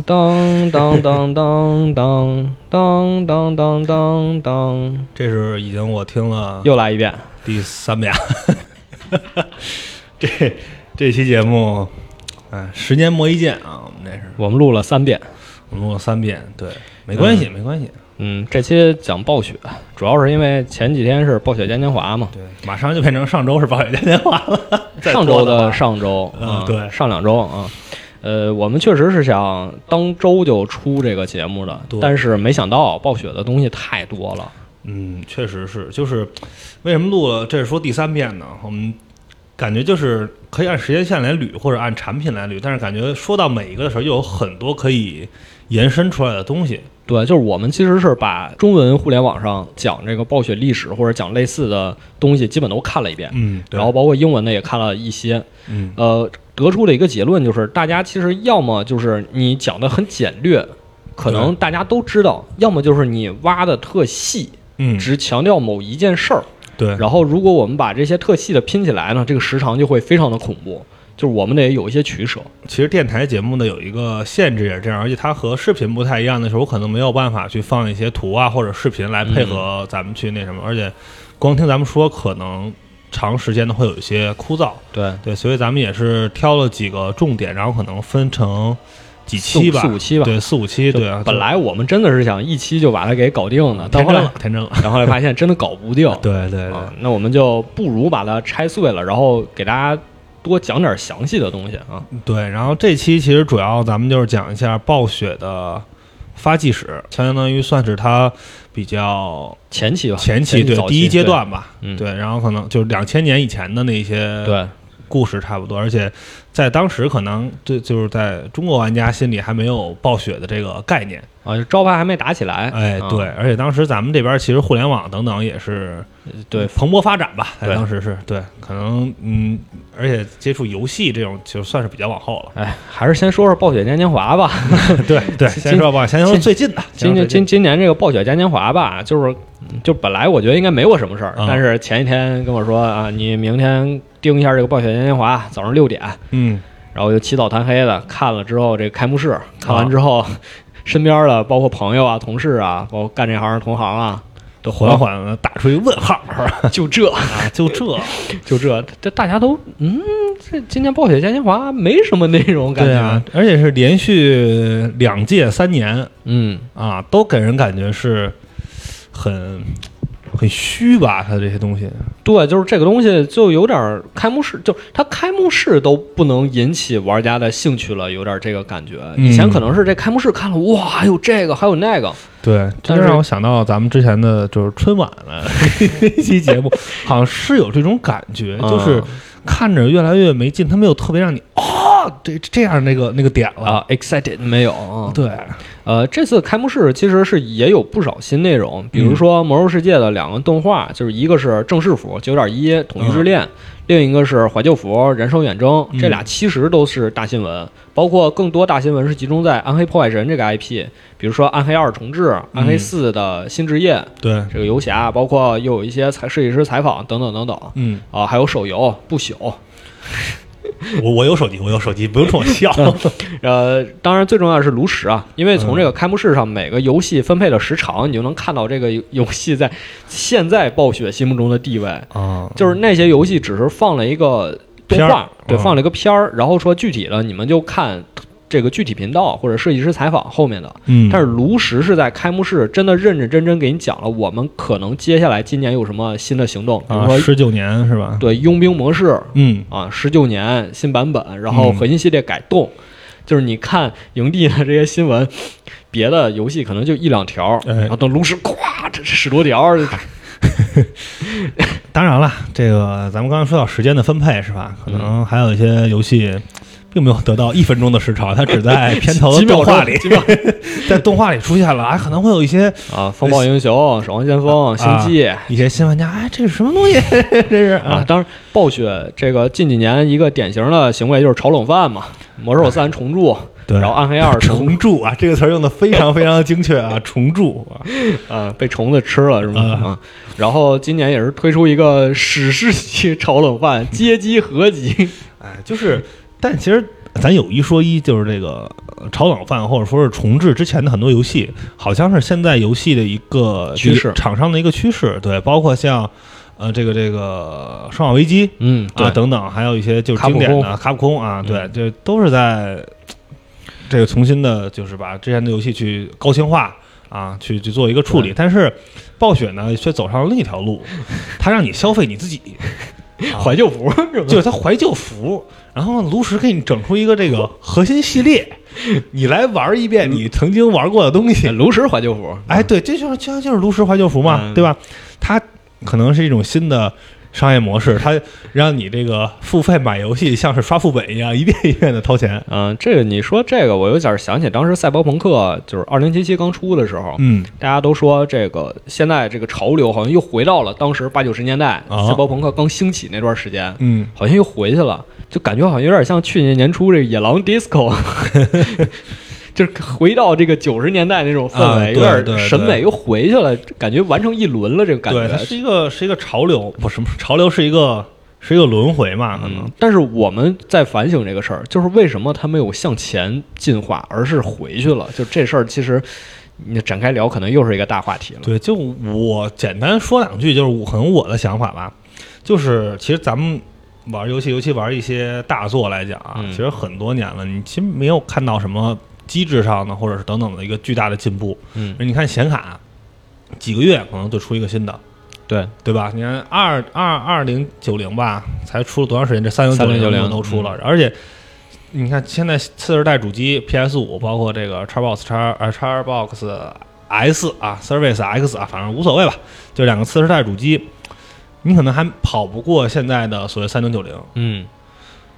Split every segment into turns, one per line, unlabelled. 当当当当当当当当当当，
这是已经我听了
又来一遍。
第三遍。 这这期节目，哎，十年磨一剑啊，我们这是
我们录了三遍，
我们录了三遍，对，没关系，没关系，
嗯，这期讲暴雪，主要是因为前几天是暴雪嘉年华嘛，
对，马上就变成上周是暴雪嘉年华了， 再
上
多
周
的
的
话
上周，
嗯
啊
对
上两周啊。呃，我们确实是想当周就出这个节目的
对，
但是没想到暴雪的东西太多了。
嗯，确实是，就是为什么录了，这是说第三遍呢？我们感觉就是可以按时间线来捋，或者按产品来捋，但是感觉说到每一个的时候，又有很多可以延伸出来的东西，
对，就是我们其实是把中文互联网上讲这个暴雪历史或者讲类似的东西，基本都看了一遍，
嗯，对
然后包括英文的也看了一些。
嗯，
呃，得出的一个结论就是，大家其实要么就是你讲的很简略，可能大家都知道；要么就是你挖的特细，
嗯，
只强调某一件事儿。
对，
然后，如果我们把这些特细的拼起来呢，这个时长就会非常的恐怖。就是我们得有一些取舍，
其实电台节目呢有一个限制也是这样，而且它和视频不太一样的是，我可能没有办法去放一些图啊或者视频来
嗯
配合咱们去那什么，而且光听咱们说可能长时间的会有一些枯燥，
对，
对，所以咱们也是挑了几个重点，然后可能分成几期吧，
四五四五期吧
对，四五期，对啊，
本来我们真的是想一期就把它给搞定的，但
天
后
真
来
了，，天真了，
然后来发现真的搞不定，
对 对对，
啊，那我们就不如把它拆碎了，然后给大家多讲点详细的东西啊。
对，然后这期其实主要咱们就是讲一下暴雪的发迹史，相当于算是它比较
前期吧，
啊前期对
早
第一阶
对
段吧，
嗯
对，然后可能就是两千年以前的那些
对，啊
故事差不多，而且在当时可能对就是在中国玩家心里还没有暴雪的这个概念，
啊，就招牌还没打起来。
哎，
啊
对，而且当时咱们这边其实互联网等等也是
对，
蓬勃发展吧，在哎
对
当时是对，可能嗯，而且接触游戏这种就算是比较往后了，
哎，还是先说说暴雪嘉年华吧。
对对，先说 吧，先说最近的，
今
先
年
说最
今今年这个暴雪嘉年华吧，就是就本来我觉得应该没我什么事儿，
嗯
但是前一天跟我说啊，你明天盯一下这个暴雪嘉年华，早上六点，
嗯
然后我就起早贪黑的看了之后这个开幕式，看
啊
完之后， 身边的包括朋友啊、同事啊，包括干这行的同行啊，都
缓缓的打出一问号是吧？
就这
啊， 就这，
就这，这大家都嗯，这今年暴雪嘉年华没什么内容感
对
觉，
啊，而且是连续两届三年。
嗯。
啊，都给人感觉是很很虚吧，它这些东西。
对，就是这个东西就有点儿开幕式，就它开幕式都不能引起玩家的兴趣了，有点儿这个感觉。
嗯
以前可能是这开幕式看了，哇，还有这个，还有那个，
对，这
但
就是让我想到咱们之前的就是春晚了那期节 目，好像是有这种感觉，就是
嗯
看着越来越没劲，他没有特别让你哦，这这样那个那个点了。
啊、e x c i t e d 没有啊？
对，
呃，这次开幕式其实是也有不少新内容，比如说《魔兽世界》的两个动画，就是一个是正式服九点一统一之恋，另一个是怀旧服燃烧远征，这俩其实都是大新闻，包括更多大新闻是集中在《暗黑破坏神》这个 IP，比如说《暗黑二重置》《暗黑四》的新职业、
对，
这个游侠，包括又有一些采设计师采访等等等等。
嗯，
啊，还有手游不朽，
我我有手机，我有手机，不用冲我笑。
呃，当然最重要的是炉石啊，因为从这个开幕式上每个游戏分配的时长，你就能看到这个游游戏在现在暴雪心目中的地位。
啊，
就是那些游戏只是放了一个动
片儿
画，对，
嗯
放了一个片儿，然后说具体的你们就看这个具体频道或者设计师采访后面的。
嗯，
但是炉石是在开幕式真的认认真真给你讲了，我们可能接下来今年有什么新的行动，比如
啊，
说、
十九年是吧？
对佣兵模式，
嗯，
啊，十九年新版本，然后
嗯
核心系列改动，就是你看营地的这些新闻，别的游戏可能就一两条，
哎
然后等炉石咵，这十多条，
当然了，这个咱们刚才说到时间的分配是吧？可能还有一些游戏并没有得到一分钟的时长，它只在片 头
几
的动
秒钟
画里， 在动画里出现了，哎，可能会有一些
啊，风暴英
哎
雄、守望先
啊
锋、星际。
一些新玩家，哎，这是什么东西？ 这是
啊
啊，，
当然，暴雪这个近几年一个典型的行为就是炒冷饭嘛，《魔兽三》重铸，
哎对
然后《暗黑二》重
重铸啊，这个词儿用的非常非常的精确啊，重铸啊，
啊被虫子吃了是吗？
啊
啊，然后今年也是推出一个史诗级炒冷饭街机合集，
哎，就是，但其实咱有一说一，就是这个呃炒冷饭或者说是重置之前的很多游戏，好像是现在游戏的一个
趋势
厂商的一个趋势。对，包括像呃这个这个《生化危机》
嗯，
啊
对，
等等，还有一些就是
卡普
经
空嗯
典的卡普空啊，对，这都是在这个重新的，就是把之前的游戏去高清化啊，去去做一个处理。但是暴雪呢，却走上了另一条路，它让你消费你自己，
怀旧服是 吧？
就是它怀旧服，然后炉石给你整出一个这个核心 系列，你来玩一遍你曾经玩过的东西，
呃炉石怀旧服，
哎，对，这就是就像就是炉石怀旧服嘛，
嗯
对吧？它可能是一种新的商业模式，它让你这个付费买游戏像是刷副本一样，一遍一遍的掏钱。
嗯，这个你说这个，我有点想起当时赛博朋克就是二零七七刚出的时候，
嗯，
大家都说这个现在这个潮流好像又回到了当时八九十年代、
啊
赛博朋克刚兴起那段时间，
嗯，
好像又回去了，就感觉好像有点像去年年初这个野狼 disco，就是回到这个九十年代那种氛围，
啊
有
对
点
对
审美
对
又回去了，感觉完成一轮了这个感
对，它
觉。
是一个是一个潮流，不是潮流是一个是一个轮回嘛，可能。
嗯，但是我们在反省这个事儿，就是为什么它没有向前进化，而是回去了？就这事儿，其实你展开聊，可能又是一个大话题了。
对，就我简单说两句，就是我可能我的想法吧，就是其实咱们玩游戏，尤其玩一些大作来讲啊，
嗯
其实很多年了，你其实没有看到什么机制上的或者是等等的一个巨大的进步。
嗯，
你看显卡，几个月可能就出一个新的，
对，
对吧？你看二二二零九零吧，才出了多长时间？这三零嗯
3090
都出了，而且你看现在次世代主机 PS 五，包括这个 Xbox 叉呃 Xbox S 啊，Service X 啊，反正无所谓吧，就两个次世代主机，你可能还跑不过现在的所谓三零九零，
嗯，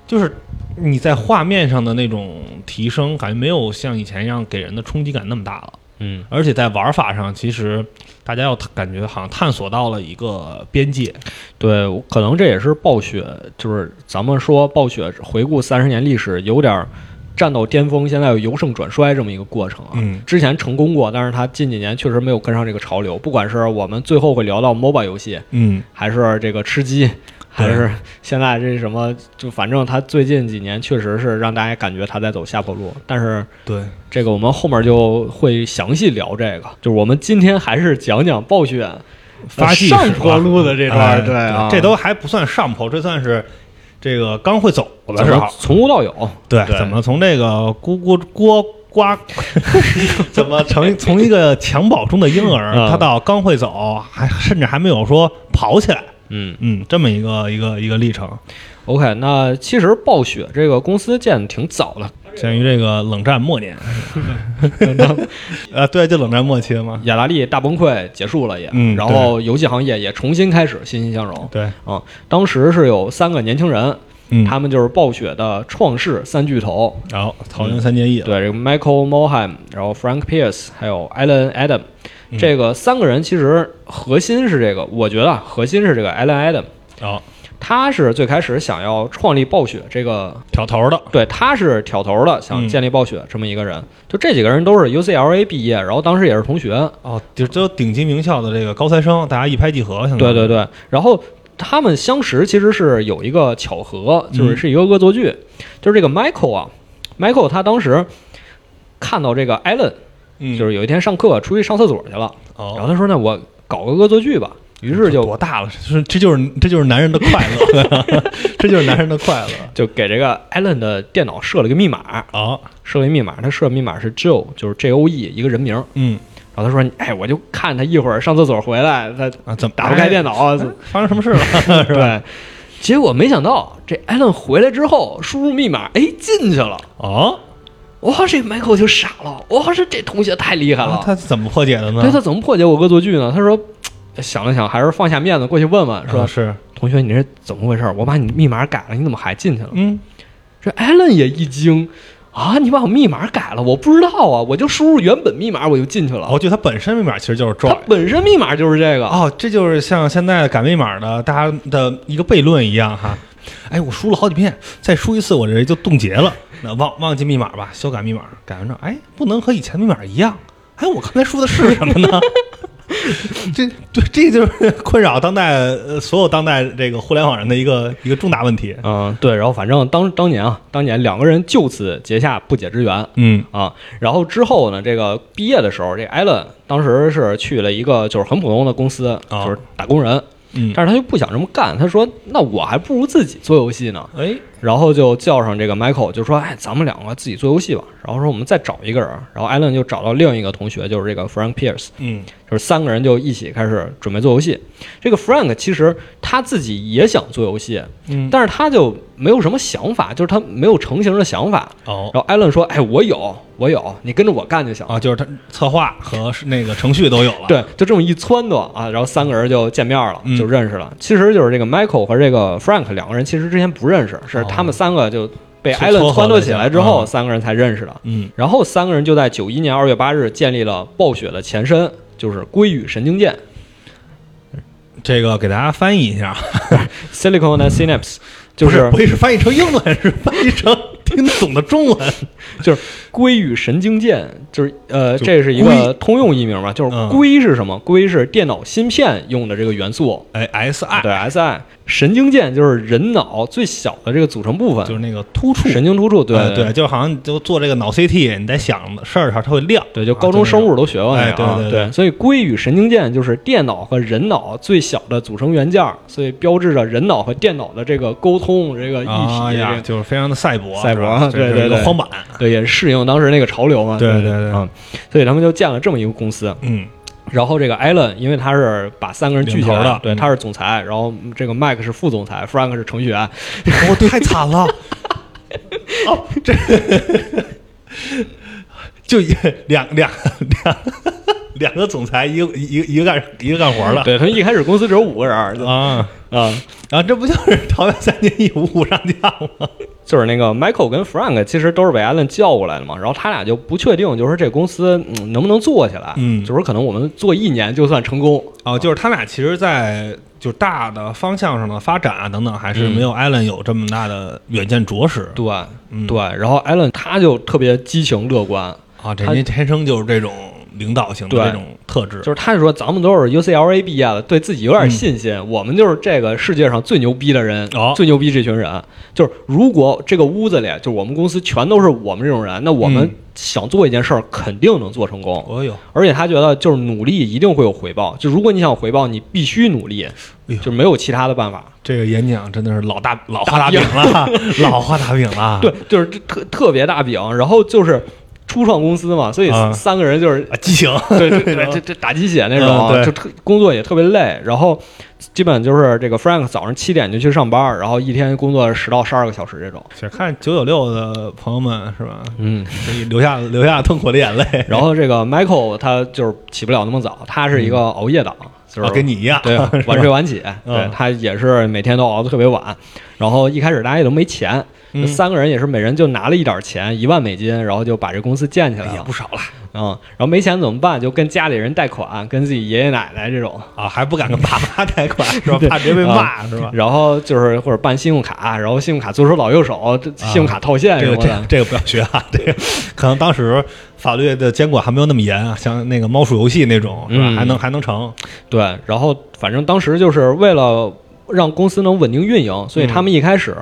就是你在画面上的那种提升，感觉没有像以前一样给人的冲击感那么大了。
嗯，
而且在玩法上，其实大家要感觉好像探索到了一个边界，
对，我可能这也是暴雪，就是咱们说暴雪回顾三十年历史，有点儿站到巅峰，现在有由盛转衰这么一个过程啊。
嗯
之前成功过，但是它近几年确实没有跟上这个潮流。不管是我们最后会聊到 MOBA 游戏，
嗯，
还是这个吃鸡，还是现在这什么，就反正它最近几年确实是让大家感觉它在走下坡路。但是
对，
这个我们后面就会详细聊这个，就是我们今天还是讲讲暴雪
发迹
上坡路的这段儿，
哎
对啊，
这都还不算上坡，这算是这个刚会走的
怎
时
么
候。
从无到有，
对
对
怎么从这个咕咕锅呱， 怎么成从一个襁褓中的婴儿，
嗯
他到刚会走，还甚至还没有说跑起来，
嗯
嗯，这么一个一个一个历程。
，OK，那其实暴雪这个公司建的挺早的，
鉴于这个冷战末 年，呃，对，就冷战末期了嘛。
雅达利大崩溃结束了也，
嗯
然后游戏行业也重新开始欣欣向荣。
对，
啊，当时是有三个年轻人，
嗯，
他们就是暴雪的创世三巨头，
然后草原三结义了，
对，这个 Michael Moheim，然后 Frank Pierce，还有 Alan Adam，这
嗯
个三个人其实核心是这个，我觉得啊核心是这个 Alan Adam，
然后
他是最开始想要创立暴雪这个
挑头的，
对，他是挑头的，想
嗯
建立暴雪这么一个人。就这几个人都是 UCLA 毕业，然后当时也是同学。
哦，就都顶级名校的这个高材生，大家一拍即合，相当
对
于
对对，然后他们相识其实是有一个巧合，就是
嗯
是一个恶作剧，就是这个 Michael 啊，Michael 他当时看到这个 Allen，
嗯，
就是有一天上课出去上厕所去了，
哦嗯
然后他说：“那我搞个恶作剧吧。”于是就
多大了？是这就是这就是男人的快 乐，这就是男人的快乐
就给这个 Allen 的电脑设了个密码，
啊！
设了一密码，他设的密码是 Joe，就是 J O E 一个人名。
嗯
然后他说：“哎，我就看他一会儿上厕所回来，他
啊，怎么
打不开电
脑？
脑 啊，
哎发生什么事了？是
对。
吧？
结果没想到，这艾伦回来之后，输入密码，哎，进去了。
哦，
哇，这 Michael 就傻了。哇，这这同学太厉害了。
啊他怎么破解的呢？
对他怎么破解我恶作剧呢？他说，嘖想了想，还是放下面子过去问问，说、
啊是，
同学，你这怎么回事？我把你密码改了，你怎么还进去了？
嗯，
这艾伦也一惊。啊！你把我密码改了，我不知道啊，我就输入原本密码我就进去了。
哦，就他本身密码其实就是
他
try。
本身密码就是这个，
哦，这就是像现在改密码的大家的一个悖论一样哈。哎，我输了好几遍，再输一次我这就冻结了。那忘忘记密码吧，修改密码，改完之后，哎，不能和以前密码一样。哎，我刚才输的是什么呢？ 这对，这就是困扰当代呃所有当代这个互联网人的一个一个重大问题。
嗯，对，然后反正当当年啊，当年两个人就此结下不解之缘
嗯
啊。然后之后呢，这个毕业的时候，这艾伦当时是去了一个就是很普通的公司，
哦
就是打工人，
嗯，
但是他就不想这么干，他说那我还不如自己做游戏呢。
哎，
然后就叫上这个 Michael，就说：“哎，咱们两个自己做游戏吧。”然后说我们再找一个人，然后艾伦就找到另一个同学，就是这个 Frank Pierce，
嗯
就是三个人就一起开始准备做游戏。这个 Frank 其实他自己也想做游戏，
嗯，
但是他就没有什么想法，就是他没有成型的想法。
哦
然后艾伦说：“哎，我有，我有，你跟着我干就行。”
啊，就是他策划和是那个程序都有了。，
对，就这么一撺掇啊，然后三个人就见面了，
嗯
就认识了。其实就是这个 Michael 和这个 Frank 两个人其实之前不认识，是
哦
他们三个就被
撮
艾伦
撮合
撺
了
掇
一
起
下
来之后，
嗯
三个人才认识的。
嗯
然后三个人就在九一年二月八日建立了暴雪的前身，就是硅与神经键
这个给大家翻译一下，
（Silicon and Synapse），就
嗯不不是翻译成英文，是翻译成听得懂的中文。
就是硅与神经键，就是呃，
就
这是一个通用译名嘛，就是
嗯
硅是什么？硅是电脑芯片用的这个元素，
哎，S I
对，SI 神经键就是人脑最小的这个组成部分
就，是那个突触。
神经突触，对
哎对，就好像就做这个脑 CT，你在想事儿的时候它会亮。
对，就高中生物都学过那个
哎
啊
对对对
对，所以硅与神经键就是电脑和人脑最小的组成元件儿，所以标志着人脑和电脑的这个沟通这个一
啊
体，
呀，
这
就是非常的赛博，
赛
是
博
吧
对
这是
对
一个
对
荒板，
个对，也适应当时那个潮流嘛，
对
对
对对
啊，所以他们就建了这么一个公司，
嗯
然后这个艾伦，因为他是把三个人聚起来
领头的
对，
嗯
他是总裁，然后这个麦克是副总裁，Frank 是程序 员，
我太惨 了。哦，这 就一两两两 两个总裁，一个一个一个干一个干活了
对他们一开始公司只有五个人儿
啊。
啊，
然后这不就是《桃园三结义》五虎上将吗？
就是那个 Michael 跟 Frank 其实都是被艾伦叫过来的嘛，然后他俩就不确定，就是这公司、嗯、能不能做起来，
嗯
就是可能我们做一年就算成功，
哦，就是他俩其实，在就大的方向上的发展啊等等，还是没有艾伦有这么大的远见卓识。
对、
嗯
对，然后艾伦他就特别激情乐观，
啊，这
他
人家天生就是这种领导型的
对
这种特质
就。是他就说咱们都是 UCLA 毕业的，对自己有点信心，我们就是这个世界上最牛逼的人，
嗯哦
最牛逼这群人。就是如果这个屋子里，就是我们公司全都是我们这种人，那我们
嗯
想做一件事儿，肯定能做成功。
哦呦，
而且他觉得就是努力一定会有回报，就如果你想有回报，你必须努力，
哎呦啊
就没有其他的办法。
这个演讲真的是老大老画大饼了，老画大饼了。
对，就是这特特别大饼，然后就是初创公司嘛，所以
啊
三个人就是
啊，激情。
对对对，这这打鸡血那种
嗯
啊，
对
就特工作也特别累，然后基本就是这个 Frank 早上七点就去上班，然后一天工作十到十二个小时这种。
其实看九九六的朋友们是吧，
嗯，
所以留下留下痛苦的眼泪，
然后这个 Michael 他就是起不了那么早，他是一个熬夜党，就是
嗯啊，跟你一样，
对晚睡晚起，对
嗯
他也是每天都熬得特别晚。然后一开始大家也都没钱，
嗯
三个人也是每人就拿了一点钱，一万美金，然后就把这公司建起来
也
了
哎不少了
嗯，然后没钱怎么办？就跟家里人贷款，跟自己爷爷奶奶这种。
啊，还不敢跟爸妈 贷款是吧？
对
怕直接被骂是吧？
然后就是或者办信用卡，然后信用卡左手倒右
啊
手，这信用卡套现什
这个
么
这
的。
个这个不要学啊，这个可能当时法律的监管还没有那么严啊，像那个猫鼠游戏那种是吧？
嗯
还能还能成，
对，然后反正当时就是为了让公司能稳定运营，所以他们
嗯
一开始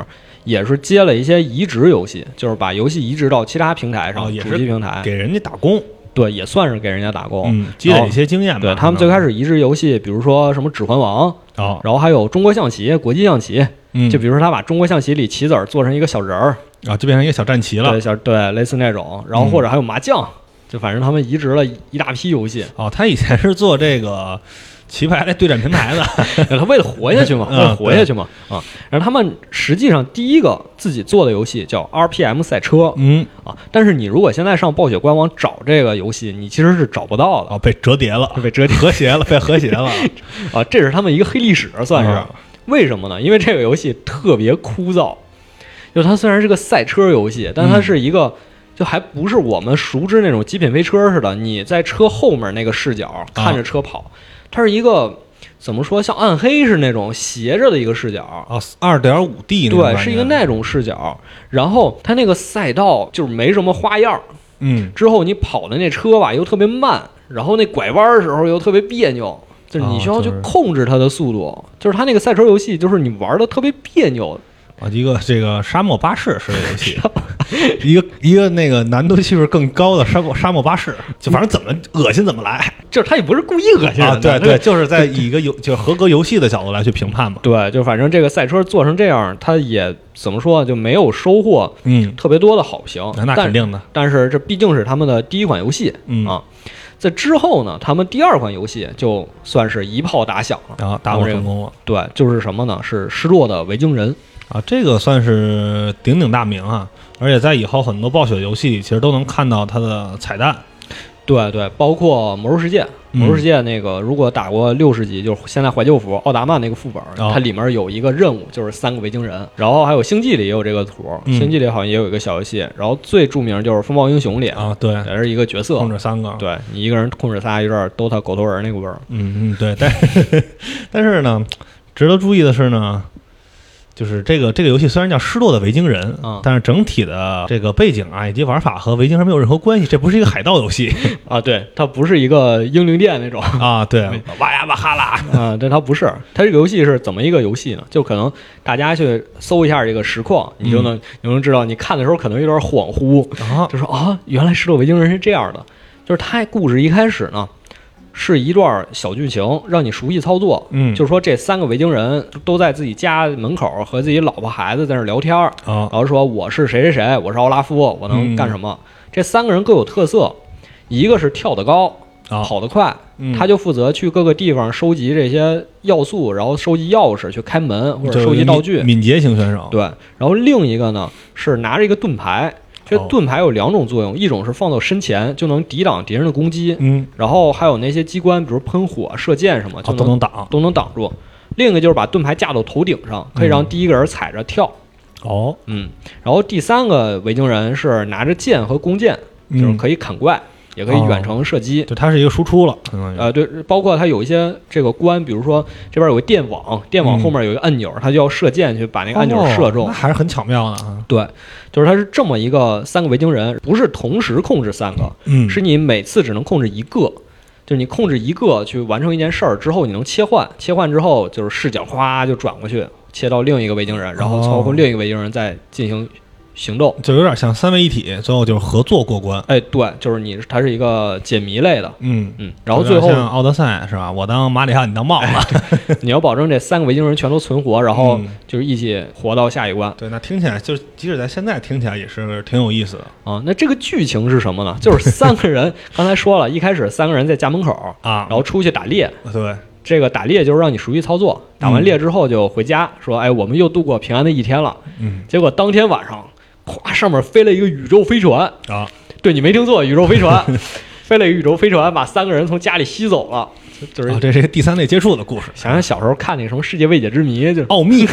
也是接了一些移植游戏，就是把游戏移植到其他平台上，
哦也是
主机平台。
给人家打工，
对，也算是给人家打工。
嗯，积累一些经验吧。
哦对他们最开始移植游戏，比如说什么《指环王》，
啊，
然后还有中国象棋、国际象棋，
嗯
就比如说他把中国象棋里棋子儿做成一个小人儿，
啊，就变成一个小战旗了
对，。小对类似那种，然后或者还有麻将，就反正他们移植了一大批游戏。
哦，他以前是做这个棋牌类对战平台的，
对他为了活下去嘛，
嗯
为了活下去嘛啊！然后他们实际上第一个自己做的游戏叫 RPM 赛车
嗯，
啊，但是你如果现在上暴雪官网找这个游戏，你其实是找不到的
哦，被折叠了，被折叠和谐了，被和谐 了，
啊，这是他们一个黑历史，算是
啊
为什么呢？因为这个游戏特别枯燥，就它虽然是个赛车游戏，但它是一个。就还不是我们熟知那种极品飞车似的，你在车后面那个视角看着车跑，它是一个怎么说像暗黑是那种斜着的一个视角，
哦，二点五 D 那种
对，
玩意
是一
儿
个那种视角。然后它那个赛道就是没什么花样儿，
嗯
之后你跑的那车吧又特别慢，然后那拐弯的时候又特别别扭，就是
啊
你需要去控制它的速度，就是它那个赛车游戏，就是你玩的特别别扭，
啊，一个这个沙漠巴士是个游 戏，
一个一个那个难度系数更高的沙漠沙漠巴士，就反正怎么恶心怎么来。
就是它也不是故意恶心
嗯啊
人的，
对对，就是在以一个游就是合格游戏的角度来去评判嘛。
对，就反正这个赛车做成这样，它也怎么说啊就没有收获
嗯，
特别多的好评，
那那
但
肯定的，
但是这毕竟是他们的第一款游戏，
嗯
啊，在之后呢，他们第二款游戏就算是一炮打响了。
然后大获成功了
对，就是什么呢？是失落的维京人。
啊，这个算是鼎鼎大名啊，而且在以后很多暴雪游戏里其实都能看到它的彩蛋。
对对，包括魔兽世界，
嗯
魔兽世界那个如果打过六十级，就是现在怀旧服奥达曼那个副本，
哦
它里面有一个任务，就是三个维京人。然后还有星际里也有这个图，
嗯
星际里好像也有一个小游戏。然后最著名就是风暴英雄里，
啊，对，
也是一个角色，
控制三个，
对你一个人控制仨，有点 DOTA 狗头人那个味儿。
嗯嗯，对，但 是但是呢，值得注意的是呢，就是这个这个游戏虽然叫《失落的维京人》
啊
但是整体的这个背景啊以及玩法和维京人没有任何关系，这不是一个海盗游 戏
啊，对，它不是一个英灵殿那种
啊，对，哇呀哇哈啦，
啊，对，它不是。它这个游戏是怎么一个游戏呢？就可能大家去搜一下这个实况，你
嗯
就能、你就能知道，你看的时候可能有点恍惚，
啊，
就说啊，原来《失落维京人》是这样的。就是它故事一开始呢，是一段小剧情，让你熟悉操作。
嗯，
就是说，这三个维京人都在自己家门口和自己老婆孩子在那儿聊天儿，
啊
然后说我是谁谁谁，我是奥拉夫，我能干什么？
嗯
这三个人各有特色，一个是跳得高，
啊，
跑得快，
嗯
他就负责去各个地方收集这些要素，然后收集钥匙去开门或者
就是
收集道具
敏。敏捷型选手，
对，然后另一个呢是拿着一个盾牌，这
哦
盾牌有两种作用，一种是放到身前就能抵挡敌人的攻击，
嗯，
然后还有那些机关，比如喷火、射箭什么，
啊
就
都
能
能挡，
都能挡住。另一个就是把盾牌架到头顶上，可以
嗯
让第一个人踩着跳。
哦，
嗯，然后第三个维京人是拿着剑和弓箭，
嗯
就是可以砍怪，也可以
哦
远程射击。
就它是一个输出了，相当于，
呃，对，包括它有一些这个关，比如说这边有个电网，电网后面有一个按钮，它就要射箭去把那个按钮射中。
嗯哦那还是很巧妙的啊，
对，就是它是这么一个三个维京人，不是同时控制三个，
嗯
是你每次只能控制一个，就是你控制一个去完成一件事儿之后，你能切换，切换之后就是视角哗就转过去，切到另一个维京人，然后
哦
操控另一个维京人再进行行动。
就有点像三位一体，最后就是合作过关，
哎，对，就是你，它是一个解谜类的，
嗯。
嗯，然后最后
有点像奥德赛是吧？我当马里奥，你当帽子。
你要保证这三个维京人全都存活，然后
嗯
就是一起活到下一关
对，那听起来就是，即使在现在听起来也是挺有意思的
啊。那这个剧情是什么呢？就是三个 人，刚才说了一开始三个人在家门口，
啊
然。后出去打猎。
对，
这个打猎就是让你熟悉操作，打完猎之后就回家，说：“哎，我们又度过平安的一天了。
嗯”
结果当天晚上，咵，上面飞了一个宇宙飞船，
啊，
对你没听错，宇宙飞 船，飞了一个宇宙飞船，把三个人从家里吸走了，就
啊
是
这是一个第三类接触的故事，
想想小时候看那个什么《世界未解之谜》，就是
奥 秘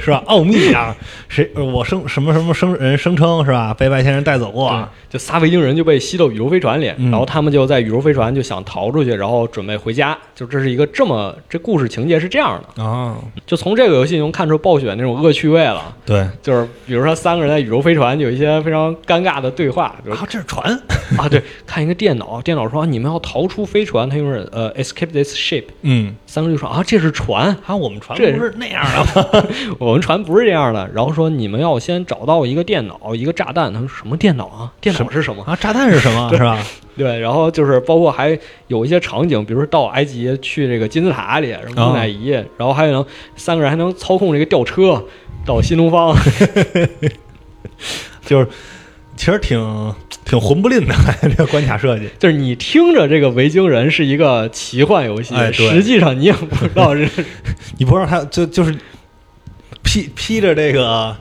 是吧？奥秘啊，谁呃我声什么什么声人声称是吧？被外星人带走过啊，
就仨维京人就被吸到宇宙飞船里，
嗯
然后他们就在宇宙飞船就想逃出去，然后准备回家。就这是一个这么这故事情节是这样的，
啊，
就从这个游戏能看出暴雪那种恶趣味了。
对
就是比如说三个人在宇宙飞船有一些非常尴尬的对话，比如
啊，这是船
啊对，看一个电脑， 电脑说、啊你们要逃出飞船，他用是呃 escape this ship，
嗯，
三个人就说啊这是船，
啊，我们船
这
不是那样的吗？
我们船不是这样的。然后说你们要先找到一个电脑，一个炸弹，他们说什么电脑啊？电脑是什么？
啊，炸弹是什么是吧？
对，然后就是包括还有一些场景，比如说到埃及去这个金字塔里，什么木乃伊，然后还能三个人还能操控这个吊车到新东方。
就是其实挺挺混不吝的 这个关卡设计，
就是你听着这个维京人是一个奇幻游戏，
哎对
实际上你也不知道是
你不知道他就就是披披着这个。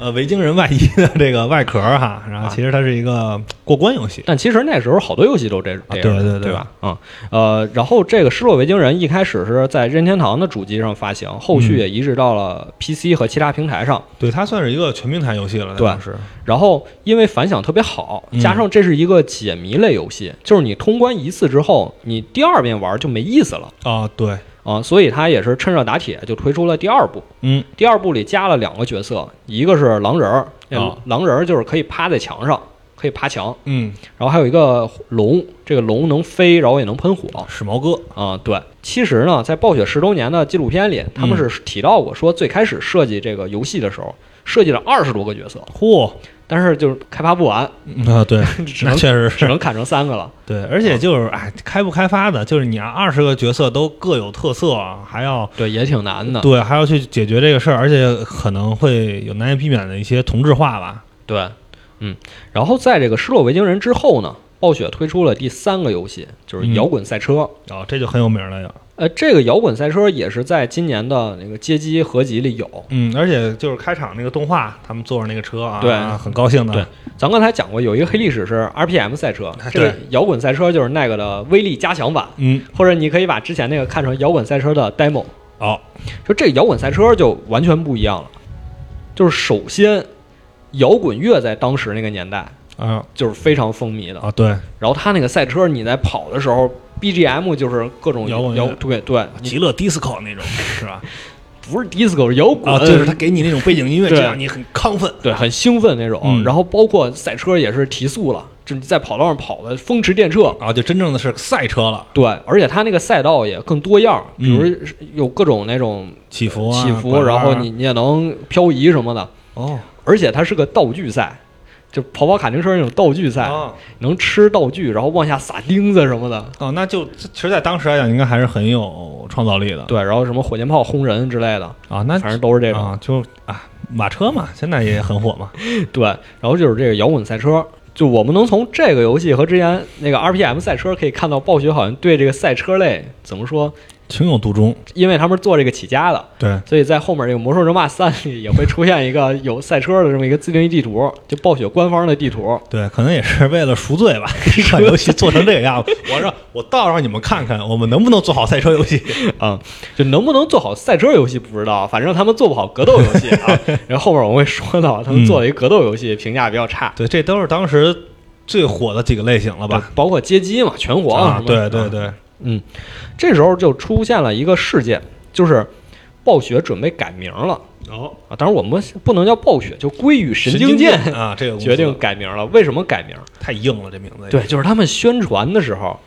呃，维京人外衣的这个外壳儿哈，然后其实它是一个过关游戏
但其实那时候好多游戏都这这样，
啊对对
对
对
吧？嗯，呃，然后这个《失落维京人》一开始是在任天堂的主机上发行，后续
嗯
也移植到了 PC 和其他平台上。
对，它算是一个全平台游戏了，在
对
当时
然后因为反响特别好，
嗯
加上这是一个解谜类游戏，就是你通关一次之后，你第二遍玩就没意思了
啊，对，
啊，所以它也是趁热打铁就推出了第二部。
嗯，
第二部里加了两个角色，一个是狼人儿，那
哦
狼人儿就是可以趴在墙上，可以爬墙，
嗯，
然后还有一个龙，这个龙能飞，然后也能喷火。
史矛哥，
啊、对，其实呢，在暴雪十周年的纪录片里，他们是提到过说，最开始设计这个游戏的时候，设计了二十多个角色，
嚯
但是就是开发不 完，
嗯啊， 对，
只
那
能
确实
只
是
能砍成三个了。
对，而且就是哎，开不开发的，就是你二十个角色都各有特色，啊还要
对，也挺难的。
对，还要去解决这个事儿，而且可能会有难以避免的一些同质化吧。
对，嗯，然后在这个《失落维京人》之后呢，暴雪推出了第三个游戏，就是
嗯
摇滚赛车。
哦，这就很有名了呀。
呃，这个摇滚赛车也是在今年的那个街机合集里有。
嗯，而且就是开场那个动画，他们坐着那个车啊，
对
很高兴的。
对咱刚才讲过，有一个黑历史是 RPM 赛车，这
啊对
个摇滚赛车就是那个的威力加强版，
嗯，
或者你可以把之前那个看成摇滚赛车的 demo。
哦，
就这个摇滚赛车就完全不一样了，就是首先，摇滚乐在当时那个年代
啊
就是非常风靡的，
啊，对，
然后它那个赛车你在跑的时候，BGM 就是各种
摇滚乐啊
摇对对，你
极乐 disco 那种是吧？
不是 disco 是摇滚，
啊，就是他给你那种背景音乐，
对
这样你很亢奋。
对，很兴奋那种。
嗯
然后包括赛车也是提速了，就是在跑道上跑的风驰电掣。
啊，就真正的是赛车了，
对，而且它那个赛道也更多样，比如是有各种那种
起伏啊，
起伏，
嗯拐弯啊
然后你你也能漂移什么的。
哦
而且它是个道具赛，就跑跑卡丁车那种道具赛，
哦
能吃道具，然后往下撒钉子什么的。
哦，那就其实，在当时来讲，应该还是很有创造力的。
对，然后什么火箭炮轰人之类的，
啊，那
反正都是这种。嗯
啊，就啊，马车嘛，现在也很火嘛。
对，然后就是这个摇滚赛车，就我们能从这个游戏和之前那个 RPM 赛车可以看到，暴雪好像对这个赛车类怎么说？
情有独钟，
因为他们是做这个起家的，
对，
所以在后面这个《魔兽争霸三》里也会出现一个有赛车的这么一个自定义地图，就暴雪官方的地图。
对，可能也是为了赎罪吧， 这款游戏做成这个样子。我说，我倒让你们看看，我们能不能做好赛车游戏。
啊、就能不能做好赛车游戏不知道，反正他们做不好格斗游戏啊。 然后后面我们会说到，他们做了一个格斗游戏，评价比较差，
对，这都是当时最火的几个类型了嗯吧？
包括街机嘛，拳皇
啊
什，么的
对对对，
嗯，这时候就出现了一个事件，就是暴雪准备改名了
哦，
啊。当然，我们不能叫暴雪，就归于神经
剑
剑
啊，这个公司哎
决定改名了。为什么改名？
太硬了，这名字。
对，就是他们宣传的时候，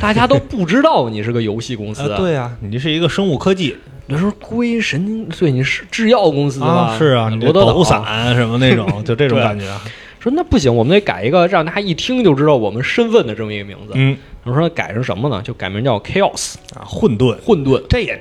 大家都不知道你是个游戏公司。
啊，，对啊，你这是一个生物科技
有时候归神经，对，你是制药公司吧？
啊，是啊，你
罗
这
德
保
岛
护伞什么那种，就这种
对
感觉。啊
说那不行，我们得改一个让大家一听就知道我们身份的这么一个名字。
嗯
我说改成什么呢？就改名叫 Chaos
啊，混沌，
混沌，
这也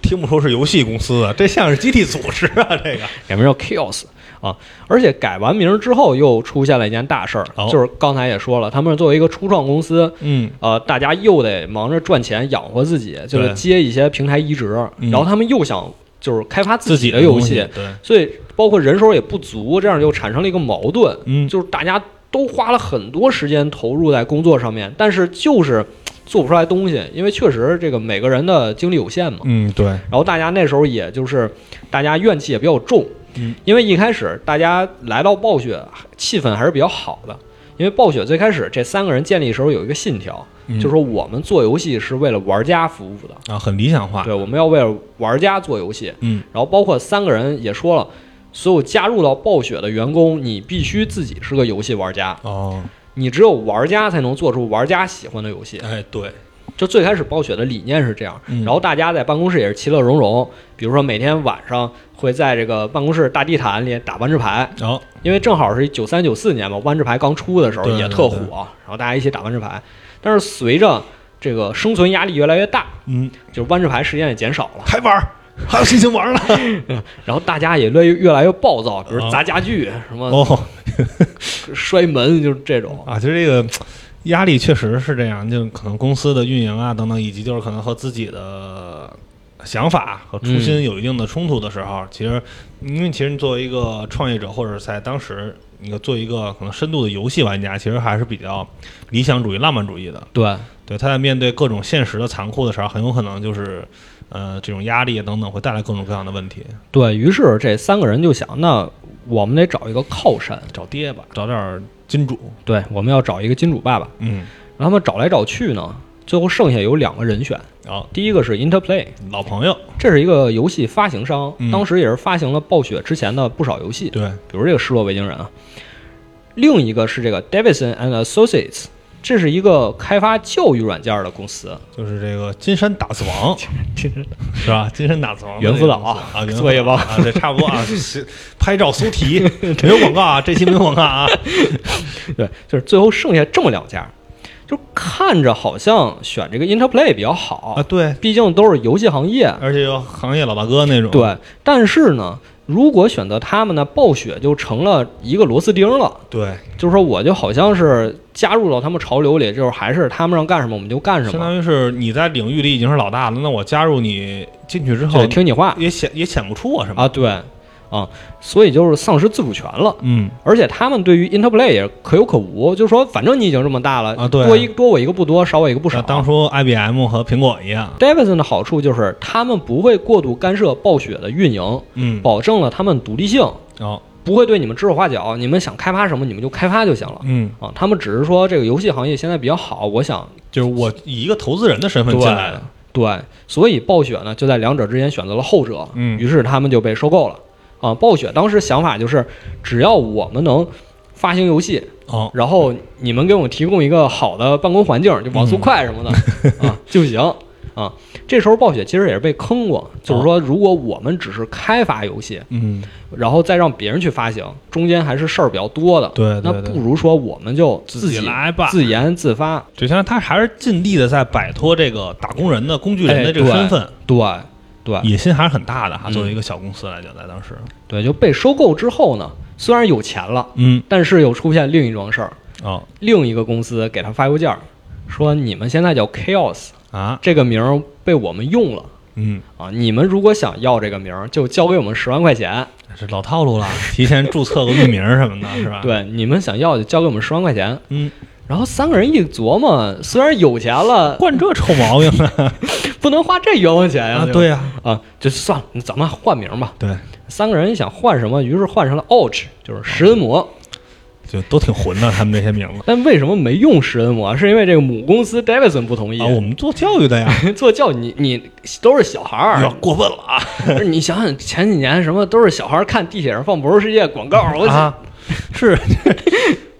听不出是游戏公司啊，这像是集体组织啊，这个。
改名叫 Chaos 啊！而且改完名之后，又出现了一件大事儿，
哦
就是刚才也说了，他们作为一个初创公司，
嗯，
呃，大家又得忙着赚钱养活自己，就是
对
接一些平台移植，
嗯
然后他们又想就是开发自
自
己
己
的
的
游
东
戏
西，对，
所以包括人手也不足，这样就产生了一个矛盾，
嗯
就是大家都花了很多时间投入在工作上面，但是就是嘖做不出来东西，因为确实这个每个人的精力有限嘛。
嗯，对，
然后大家那时候也就是大家怨气也比较重，
嗯
因为一开始大家来到暴雪，气氛还是比较好的。因为暴雪最开始这三个人建立的时候有一个信条，
嗯
就是说我们做游戏是为了玩家服务的，
啊，很理想化。
对，我们要为了玩家做游戏。
嗯，
然后包括三个人也说了，所有加入到暴雪的员工，你必须自己是个游戏玩家，
哦，
你只有玩家才能做出玩家喜欢的游戏。
哎，对，
就最开始暴雪的理念是这样，
嗯
然后大家在办公室也是其乐融融，比如说每天晚上会在这个办公室大地毯里打弯智牌，
然后
因为正好是九三九四年嘛，弯智牌刚出的时候
对
也
对
特火
对，
然后大家一起打弯智牌，但是随着这个生存压力越来越大，
嗯，
就是弯智牌时间也减少了。
还玩儿，还有心情玩儿了。
然后大家也越越来越暴躁，比如
啊
砸家具、什么
哦
摔门，就是这种。
啊，就这个压力确实是这样，就可能公司的运营啊等等，以及就是可能和自己的。想法和初心有一定的冲突的时候，其实，因为其实你作为一个创业者，或者在当时你做一个可能深度的游戏玩家，其实还是比较理想主义、浪漫主义的。
对，
对，他在面对各种现实的残酷的时候，很有可能就是，呃，这种压力等等会带来各种各样的问题。
对于是这三个人就想，那我们得找一个靠山，
找爹吧，找点儿金主。
对，我们要找一个金主爸爸。
嗯，
然后他们找来找去呢，最后剩下有两个人选，
然后
第一个是 Interplay，
啊老朋友，
这是一个游戏发行商，
嗯
当时也是发行了暴雪之前的不少游戏，
对，
比如这个《失落维京人》啊。另一个是这个 Davidson and Associates，这是一个开发教育软件的公司。
就是这个金山打字王 是吧？ 金山打字王
猿辅导
啊，啊猿辅
作业帮
啊，对，差不多 啊。是拍照搜 题没有广告啊，这期没有广告 啊。
对，就是最后剩下这么两家，就看着好像选这个 Interplay 比较好，
啊，对，
毕竟都是游戏行业。
而且有行业老大哥那种。
对，但是呢，如果选择他们呢，暴雪就成了一个螺丝钉了。
对，
就是说，我就好像是加入到他们潮流里，就是还是他们让干什么我们就干什
相
么，
当于是你在领域里已经是老大了，那我加入你进去之后
对，，听你话
也显也显不出我什么。
啊，对啊，所以就是丧失自主权了。
嗯，
而且他们对于 Interplay 也可有可无，就是说，反正你已经这么大了，
啊对啊
多一多我一个不多，少我一个不少。
像当初 IBM 和苹果一样。
Davidson 的好处就是他们不会过度干涉暴雪的运营，
嗯，
保证了他们独立性，
哦，
不会对你们指手画脚，你们想开发什么你们就开发就行了。
嗯，
啊，他们只是说这个游戏行业现在比较好，我想
就是我以一个投资人的身份
对
进来的。
对，所以暴雪呢就在两者之间选择了后者，
嗯
于是他们就被收购了。啊，暴雪当时想法就是，只要我们能发行游戏，
哦，
然后你们给我们提供一个好的办公环境，就网速
嗯
快什么 的、啊就行啊。这时候暴雪其实也是被坑过，
哦
就是说如果我们只是开发游戏，
嗯，
然后再让别人去发行，中间还是事儿比较多的。
对对
那
对
不如说我们就
自
己
己来吧
自研自发。
就像他还是尽力的在摆脱这个打工人的工具人的这个
哎对
身份，
对对
野心还是很大的哈。
嗯
作为一个小公司来讲，在当时，
对，就被收购之后呢，虽然有钱了，
嗯，
但是又出现另一桩事儿，
哦
另一个公司给他发邮件儿，说你们现在叫 Chaos
啊，
这个名儿被我们用了。
嗯，
啊，你们如果想要这个名儿，就交给我们十万块钱。
是老套路了，提前注册个域名什么的，是吧？，
对，你们想要就交给我们十万块钱。
嗯，
然后三个人一琢磨，虽然有钱了，
惯这臭毛 病了
不能花这冤枉钱呀、
啊！
吧
对呀，
啊，就算了，咱们换名吧。
对，
三个人想换什么，于是换成了 Ouch，就是食人魔。
就都挺混的，他们这些名字
但为什么没用食人魔？是因为这个母公司 Davidson 不同意。
啊。我们做教育的呀，
做教育你你都是小孩
有
儿，
点过分了啊！
不是你想想前几年什么都是小孩儿看地铁上放《魔兽世界》广告，我、
啊， 是，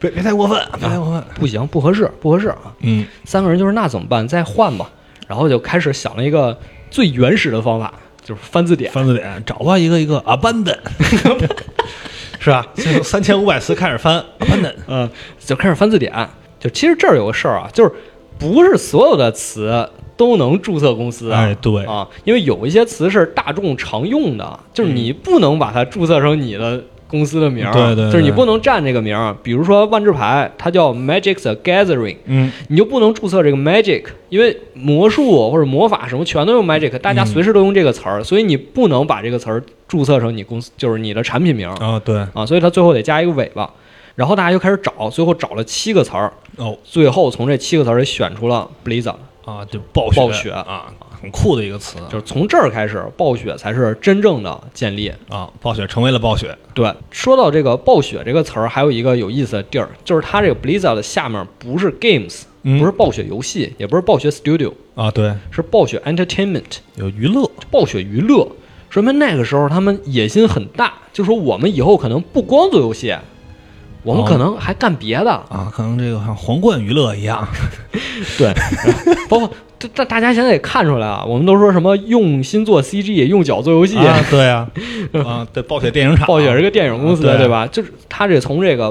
别别太过分，别太过分。
不行，不合适，不合适啊！
嗯，
三个人就是那怎么办？再换吧。然后就开始想了一个最原始的方法，就是翻字典。
翻字典找吧，一个一个 abandon，是吧？三千五百词开始翻 abandon，
嗯，就开始翻字典。就其实这儿有个事儿啊，就是不是所有的词都能注册公司啊。
哎，对，
啊，因为有一些词是大众常用的，
嗯
就是你不能把它注册成你的公司的名儿，
对对对
就是你不能占这个名儿。比如说万智牌，它叫 Magic the Gathering，
嗯，
你就不能注册这个 magic，因为魔术或者魔法什么全
嗯
都用 magic，大家随时都用这个词儿，所以你不能把这个词儿注册成你公司就是你的产品名儿
啊，对，
啊，所以它最后得加一个尾巴。然后大家就开始找，最后找了七个词儿，
哦
最后从这七个词儿里选出了 Blizzard，
啊，就暴雪，
暴雪
啊，很酷的一个词
就是从这儿开始，暴雪才是真正的建立。
啊，暴雪成为了暴雪，
对，说到这个暴雪这个词儿，还有一个有意思的地儿，就是它这个 Blizzard 的下面不是 games，
嗯
不是暴雪游戏，也不是暴雪 studio，
啊，对，
是暴雪 entertainment。
有娱乐，
暴雪娱乐，说明那个时候他们野心很大，就说我们以后可能不光做游戏，我们可能还干别的，
啊，可能这个像皇冠娱乐一样，
啊对， 包括大大大家现在也看出来啊，我们都说什么用心做 CG，用脚做游戏，
啊，对啊，啊，对，暴雪电影厂，
暴雪是个电影公司的，
啊对
对吧？就是他这从这个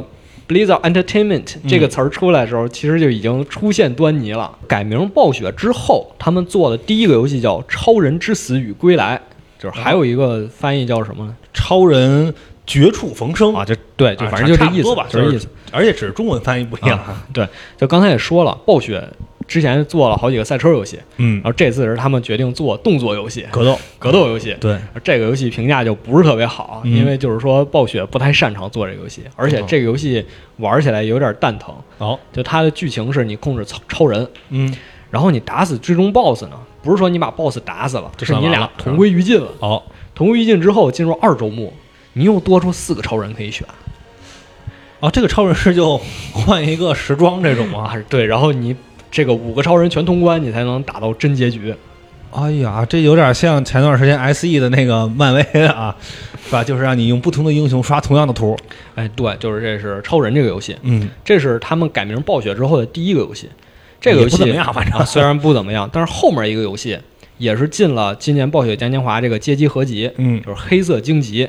Blizzard Entertainment
嗯
这个词儿出来的时候，其实就已经出现端倪了。改名暴雪之后，他们做的第一个游戏叫《超人之死与归来》，就是还有一个翻译叫什么呢？
超人绝处逢生
啊，就对，就
啊
反正就这
差不
意
多
思
吧，，
就这意思。，
而且只是中文翻译不一样，
啊对，就刚才也说了，暴雪之前做了好几个赛车游戏，
嗯
然，后这次是他们决定做动作游戏、
格斗，
格斗游戏。
对，
而这个游戏评价就不是特别好，
嗯
因为就是说暴雪不太擅长做这个游戏，而且这个游戏玩起来有点蛋疼。
好，
就它的剧情是你控制超超人，
嗯，
然后你打死最终 BOSS 呢，不是说你把 BOSS 打死了，
这
是
算
你
完
俩
了嗯
同归于尽了。
好，
同归于尽之后进入二周目，你又多出四个超人可以选。
啊哦，这个超人是就换一个时装这种吗？
啊，对，然后你这个五个超人全通关，你才能打到真结局。
哎呀，这有点像前段时间 S E 的那个漫威啊，是吧？就是让你用不同的英雄刷同样的图。
哎，对，就是这是超人这个游戏，
嗯，
这是他们改名暴雪之后的第一个游戏。这个
也
游
不
戏
怎么样，反正
啊，虽然不怎么样，但是后面一个游戏也是进了今年暴雪嘉年华这个街机合集，
嗯
就是《黑色荆棘》，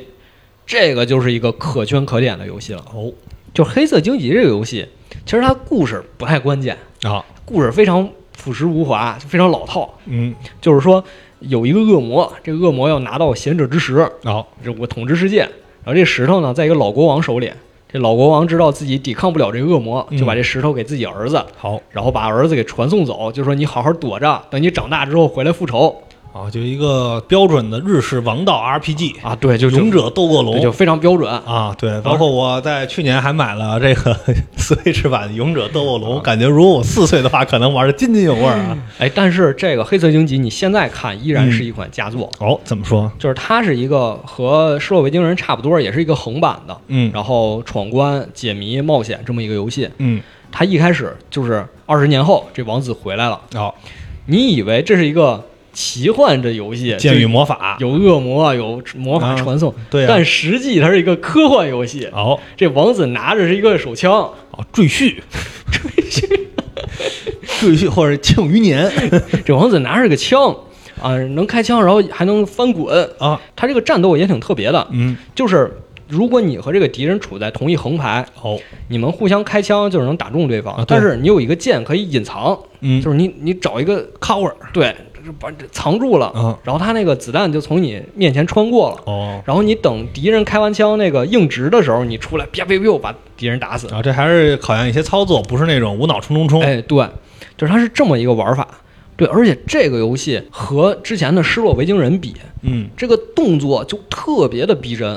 这个就是一个可圈可点的游戏了。
哦
就《黑色荆棘》这个游戏，其实它故事不太关键，
哦
啊
故事非常朴实无华，非常老套。
嗯
就是说，有一个恶魔，这个恶魔要拿到贤者之石，
哦
这我统治世界。然后这石头呢，在一个老国王手里。这老国王知道自己抵抗不了这个恶魔，就把这石头给自己儿子，
好
然后把儿子给传送走，就说你好好躲着，等你长大之后回来复仇
啊，就一个标准的日式王道 RPG，
啊！对，就
勇者斗恶
对
龙
就非常标准。
啊，对，
包
包
括
括
我在去年还买了这个 Switch 版《勇者斗恶龙》，
啊
感觉如果我四岁的话，可能玩的津津有味儿啊。
哎，但是这个《黑色荆棘》你现在看依然是一款佳作，
哦，怎么说？
就是它是一个和《失落维京人》差不多，也是一个横版的，
嗯
然后闯关、解谜、冒险这么一个游戏。
嗯，
它一开始就是二十年后这王子回来了，
哦，
你以为这是一个奇幻的游戏，
剑与
就
魔法，
有恶魔、有魔法
啊
传送，
对啊
但实际它是一个科幻游戏。
哦
这王子拿着是一个手枪，
哦，赘 婿， 赘婿，赘婿或者庆余年
这王子拿着个枪啊、能开枪，然后还能翻滚。
啊，
他这个战斗也挺特别的，
嗯，
就是如果你和这个敌人处在同一横排，
哦，
你们互相开枪就是能打中对方，
啊对
但是你有一个键可以隐藏，
嗯
就是你你找一个
cover，
对，就是把这藏住了，
啊
然后他那个子弹就从你面前穿过了。
哦，
然后你等敌人开完枪那个硬直的时候，你出来，啪啪啪把敌人打死。
啊，这还是考验一些操作，不是那种无脑冲冲冲。
哎，对，就是它是这么一个玩法。对，而且这个游戏和之前的《失落维京人》比，
嗯，
这个动作就特别的逼真，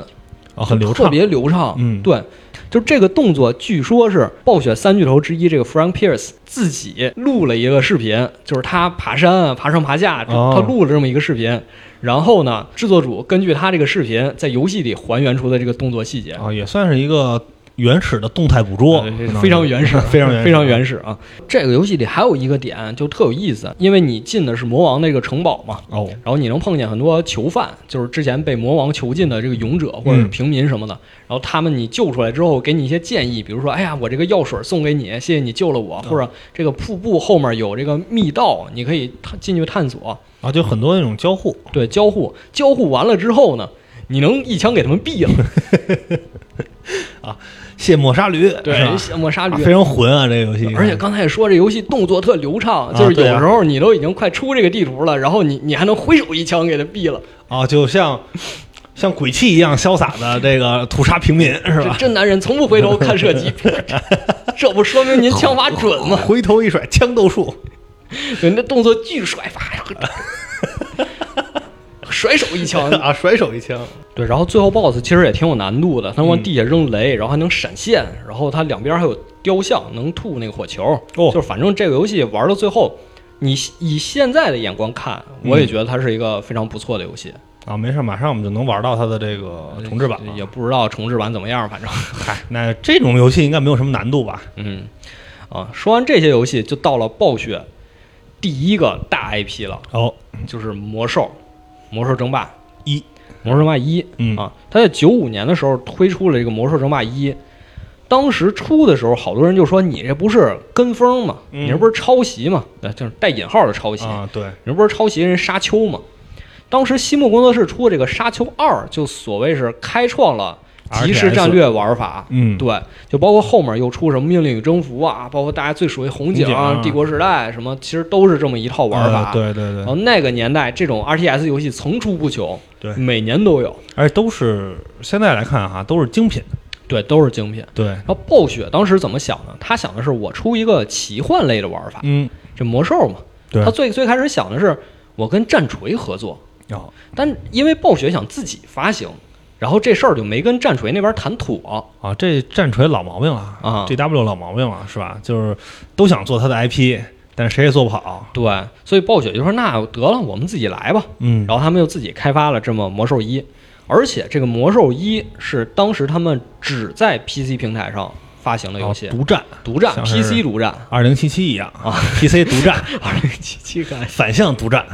啊，很流
特
畅，
别流畅。
嗯
对，就这个动作，据说是暴雪三巨头之一这个 Frank Pierce 自己录了一个视频，就是他爬山啊，爬上爬下，这
哦
他录了这么一个视频。然后呢，制作组根据他这个视频在游戏里还原出的这个动作细节，
啊，也算是一个原始的动态捕捉，
呃
可能
非常原始，
啊 非常原始，
非常原始啊！这个游戏里还有一个点就特有意思，因为你进的是魔王那个城堡嘛，
哦，
然后你能碰见很多囚犯，就是之前被魔王囚禁的这个勇者或
嗯
者是平民什么的。然后他们你救出来之后，给你一些建议，比如说，哎呀，我这个药水送给你，谢谢你救了
啊
我，或者这个瀑布后面有这个密道，你可以探进去探索。
啊，就很多那种交互，
对，交互交互完了之后呢，你能一枪给他们毙了。
卸磨杀驴，
对
是吧，
抹杀
啊
驴。
非常混啊，这个游戏，
而且刚才也说这游戏动作特流畅，
啊
就是有
对啊
时候你都已经快出这个地图了，然后你你还能挥手一枪给他毙了，
啊，就像像鬼泣一样潇洒的这个屠杀平民是
这
吧？
真男人从不回头看射 击，这不说明您枪法准吗？
回头一甩，枪斗术，
人家动作巨帅，啪， 甩手一枪。
啊，甩手一枪，
对，然后最后 BOSS 其实也挺有难度的，他往地下扔雷，然后还能闪现，然后它两边还有雕像，能吐那个火球。
哦
就是反正这个游戏玩到最后，你以现在的眼光看，我也觉得它是一个非常不错的游戏。
啊，没事，马上我们就能玩到它的这个重置版了。
也不知道重置版怎么样，反正，
嗨，那这种游戏应该没有什么难度吧？
嗯，啊，说完这些游戏，就到了暴雪第一个大 IP 了，
哦，
就是魔兽，魔兽争霸
一，
魔兽争霸一，
嗯
啊，他在九五年的时候推出了这个魔兽争霸一，当时出的时候，好多人就说你这不是跟风嘛，
嗯
你这不是抄袭嘛，呃就是带引号的抄袭，
啊，对，
你这不是抄袭人沙丘嘛？当时西木工作室出这个《沙丘二》，就所谓是开创了即时
RTS
战略玩法，
嗯，
对，就包括后面又出什么《命令与征服》啊，包括大家最熟悉《红警》
红警啊
帝国时代》什么，其实都是这么一套玩法。
呃对对
然
对，
后那个年代，这种 RTS 游戏层出不穷，
对
每年都有，
而且都是现在来看哈，都是精品，啊
对，都是精品。
对，
然后暴雪当时怎么想呢？他想的是我出一个奇幻类的玩法，
嗯，
这魔兽嘛。
对
他最最开始想的是我跟战锤合作，
哦，
但因为暴雪想自己发行，然后这事儿就没跟战锤那边谈妥。
啊，这战锤老毛病了
啊
g w 老毛病了是吧？就是都想做他的 IP，但是谁也做不好，
对，所以暴雪就说那得了，我们自己来吧。
嗯，
然后他们又自己开发了这么魔兽一，而且这个魔兽一是当时他们只在 PC 平台上发行的游戏，
啊哦独占
独占
像是
PC 独占
二零七七一样啊，PC 独占，
二零七七 个，
反向独占，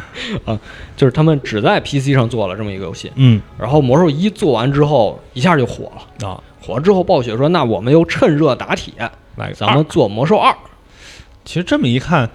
就是他们只在 PC 上做了这么一个游戏。
嗯
然后魔兽一做完之后，一下就火了，
啊，
火了之后暴雪说，那我们又趁热打铁，
来个
咱们
二嗯
做魔兽二。
其实这么一看，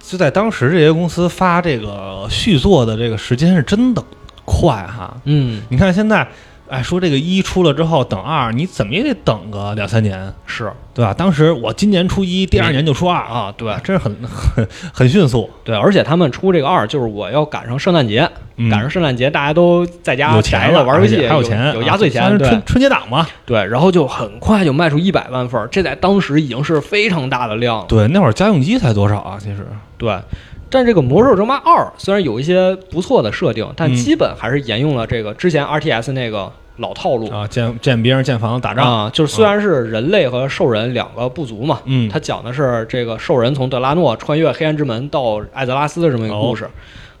就在当时这些公司发这个续作的这个时间是真的快哈。
嗯，
你看现在，哎，说这个一出了之后等二，你怎么也得等个两三年，
是
对吧？当时我今年出一，第二年就出二啊，
啊，对
这是很很很迅速，
对，而且他们出这个二，就是我要赶上圣诞节，
嗯
赶上圣诞节大家都在家
有钱
宅着玩游
而且
戏，
还
有
钱，
有压岁
啊
钱，
算是
对
春春节档嘛。
对，然后就很快就卖出一百万份儿，这在当时已经是非常大的量了。
对，那会儿家用机才多少啊？其实，
对，但这个《魔兽争霸二》虽然有一些不错的设定，但
嗯
基本还是沿用了这个之前 RTS 那个老套路
啊，建建兵、建房、打仗，
啊，就是虽然是人类和兽人两个部族嘛，
嗯
它讲的是这个兽人从德拉诺穿越黑暗之门到艾泽拉斯的这么一个故事。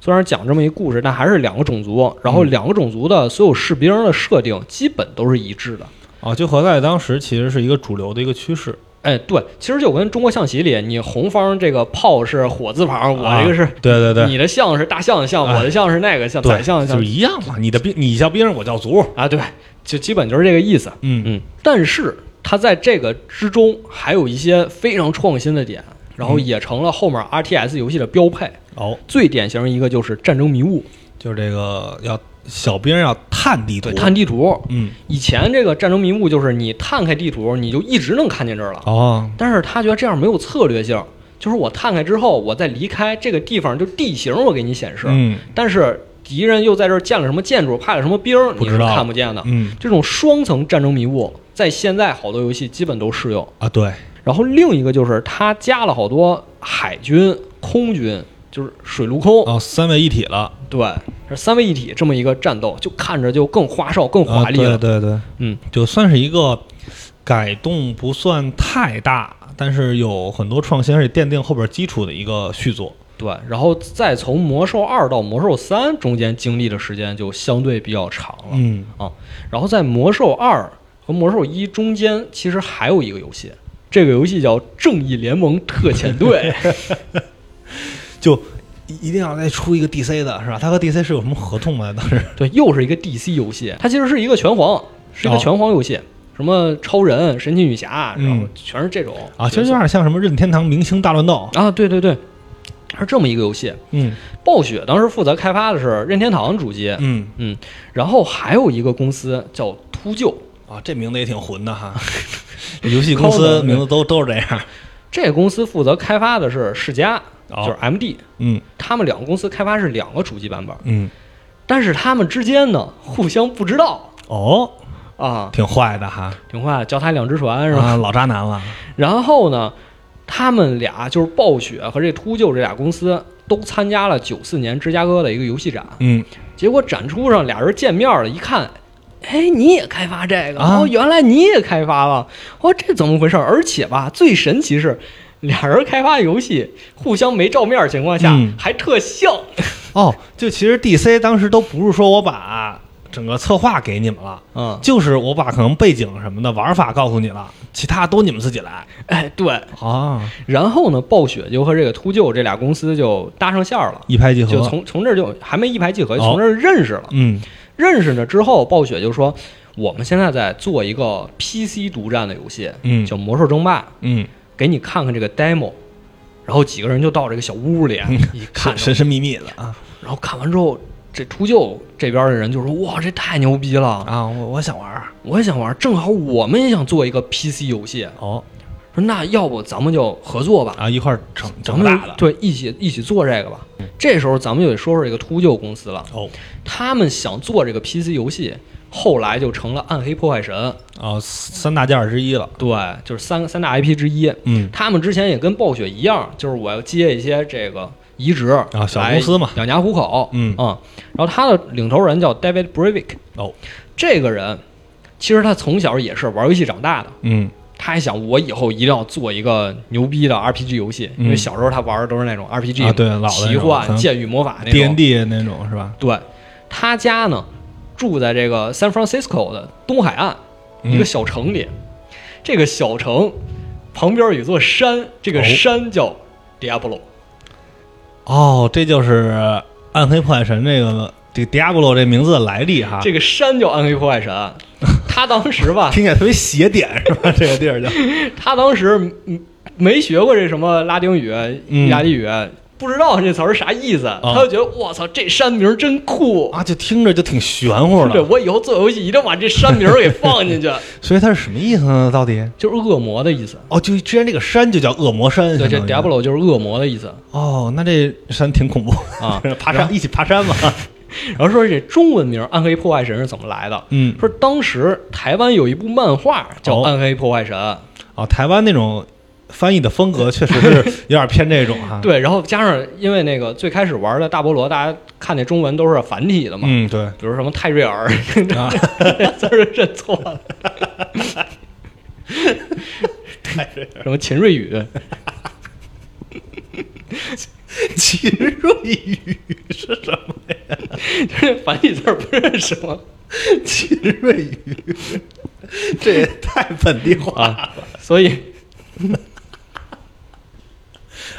虽然讲这么一故事，但还是两个种族，然后
哦嗯
两个种族的所有士兵的设定基本都是一致的。
啊，就和在当时其实是一个主流的一个趋势。
哎，对，其实就跟中国象棋里，你红方这个炮是火字旁，我这个是、
啊对对对，
你的象是大象的象，
哎
我的象是那个象，
对
宰相的
就
象
是一样嘛。你的兵，你叫兵，我叫卒。
啊，对，就基本就是这个意思。
嗯，
嗯，但是它在这个之中还有一些非常创新的点，然
嗯
后也成了后面 RTS 游戏的标配。
哦，
最典型一个就是战争迷雾，
就是这个要小兵要探地图，
对，看地图。
嗯，
以前这个战争迷雾就是你探开地图，你就一直能看见这儿了。
哦，
但是他觉得这样没有策略性，就是我探开之后，我再离开这个地方，就地形我给你显示，
嗯
但是敌人又在这儿建了什么建筑，派了什么兵，
不
你
知道
是看不见的。
嗯
这种双层战争迷雾，在现在好多游戏基本都适用。
啊，对，
然后另一个就是它加了好多海军、空军，就是水陆空，
哦，三位一体了，
对，这三位一体这么一个战斗，就看着就更花哨、更
啊
华丽了。
对对对，
嗯，
就算是一个改动不算太大，但是有很多创新，而且奠定后边基础的一个续作。
对，然后再从魔兽二到魔兽三中间经历的时间就相对比较长了。啊
嗯，
然后在魔兽二和魔兽一中间，其实还有一个游戏，这个游戏叫《正义联盟特遣 队》
就。一一定要再出一个 DC 的是吧？它和 DC 是有什么合同吗？当时，
对，又是一个 DC 游戏，它其实是一个拳皇，是一个
哦
拳皇游戏，什么超人、神奇女侠，然后
嗯
全是这种
啊，其
角
实
色
有点像什么任天堂明星大乱斗。
啊，对对对，它是这么一个游戏。
嗯
暴雪当时负责开发的是任天堂主机，
嗯，
然后还有一个公司叫秃鹫，
啊，这名字也挺混的哈， 游戏公司名字都都是这样。
这个公司负责开发的是世嘉，
哦
就是 MD，
嗯
他们两个公司开发是两个主机版本。
嗯，
但是他们之间呢，互相不知道
哦，
啊，
挺坏的哈，
挺快，脚踏两只船是吧？
啊，老渣男了。
然后呢，他们俩就是暴雪和这秃鹫这俩公司都参加了九四年芝加哥的一个游戏展，
嗯，
结果展出上俩人见面了，一看。哎，你也开发这个？
啊
哦，原来你也开发了！哦，这怎么回事？而且吧，最神奇是，俩人开发游戏互相没照面的情况下，
嗯
还特像。
哦，就其实 DC 当时都不是说我把整个策划给你们了。
嗯，
就是我把可能背景什么的玩法告诉你了，其他都你们自己来
哎，对。
啊，
然后呢，暴雪就和这个秃鹫这俩公司就搭上线儿了。
一拍即合。
就从从这儿就还没一拍即合，
哦
从这儿认识了。
嗯
认识了之后，暴雪就说我们现在在做一个 PC 独占的游戏，
嗯
叫《魔兽争霸》，
嗯，
给你看看这个 demo。然后几个人就到这个小屋里啊
嗯
一看
神，神神秘秘的啊
然后看完之后，这秃鹫这边的人就说：“哇，这太牛逼了！
啊，我我想玩。
我也想玩，正好我们也想做一个 PC 游戏，啊
哦
说那要不咱们就合作吧。”
啊，一块儿整
咱
整
们
大的嗯
对一起一起做这个吧。这时候咱们就得说说这个秃鹫公司了。
哦
他们想做这个 PC 游戏，后来就成了《暗黑破坏神》，
啊，三大件儿之一了。
对，就是三三大 IP 之一。
嗯
他们之前也跟暴雪一样，就是我要接一些这个移植
啊小公司嘛
来养家糊口。
嗯
然后他的领头人叫 David Brevik，
哦
这个人其实他从小也是玩游戏长大的。
嗯
他还想，我以后一定要做一个牛逼的 RPG 游戏，因为
嗯
小时候他玩的都是那种 RPG，、
啊对老的那种
奇
可
幻、
能
剑与魔法那
，D
种
N。D 那种是吧？
对，他家呢住在这个 San Francisco 的东海岸、
嗯
一个小城里。这个小城旁边有座山，这
哦
个山叫 Diablo。
哦，这就是《暗黑破坏神》这个这个 Diablo 这名字的来历哈，
这个山叫暗黑破坏神，他当时吧，
听起来特别邪典是 吧？这个地儿叫
他当时嗯没学过这什么拉丁语、意大利语，不知道这词儿啥意思，他就觉得我操，这山名真酷。
啊，就听着就挺玄乎
对，
的，
我以后做游戏一定把这山名儿给放进去，
所以它是什么意思呢？到底？
就是恶魔的意思。
哦，就之前这个山就叫恶魔山，
对，这
相当于
Diablo 就是恶魔的意思
哦，那这山挺 恐怖
啊。，
爬山一起爬山嘛，
然后说这中文名《暗黑破坏神》是怎么来的？
嗯，
说当时台湾有一部漫画叫
哦
《暗黑破坏神》，
哦，台湾那种翻译的风格确实是 有点偏这种哈，，
对，然后加上因为那个最开始玩的大菠萝，大家看那中文都是繁体的嘛，
嗯， 对，
比如什么泰瑞尔，
啊，
字儿认错 了，什么秦瑞宇，
秦瑞宇，
就是繁体字儿不认识吗？
秦瑞宇，这也太本地化了。
啊，所以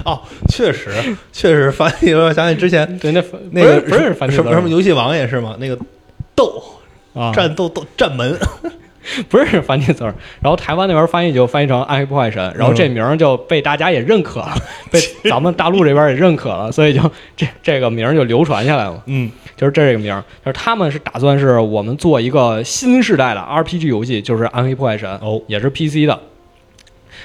哦，确实，确实翻译。我想起之前
对那繁
那个
不是不认识繁体字
什
儿
么什么游戏王也是嘛，那个斗
啊，
战斗斗战门，
不认识繁体字儿，然后台湾那边翻译就翻译成“暗黑破坏神”，
嗯
然后这名儿就被大家也认可了， 被咱们大陆这边也认可了，所以就这这个名儿就流传下来了。
嗯，
就是这个名儿，就是他们是打算是我们做一个新时代的 RPG 游戏，就是《暗黑破坏神》，
哦，
也是 PC 的。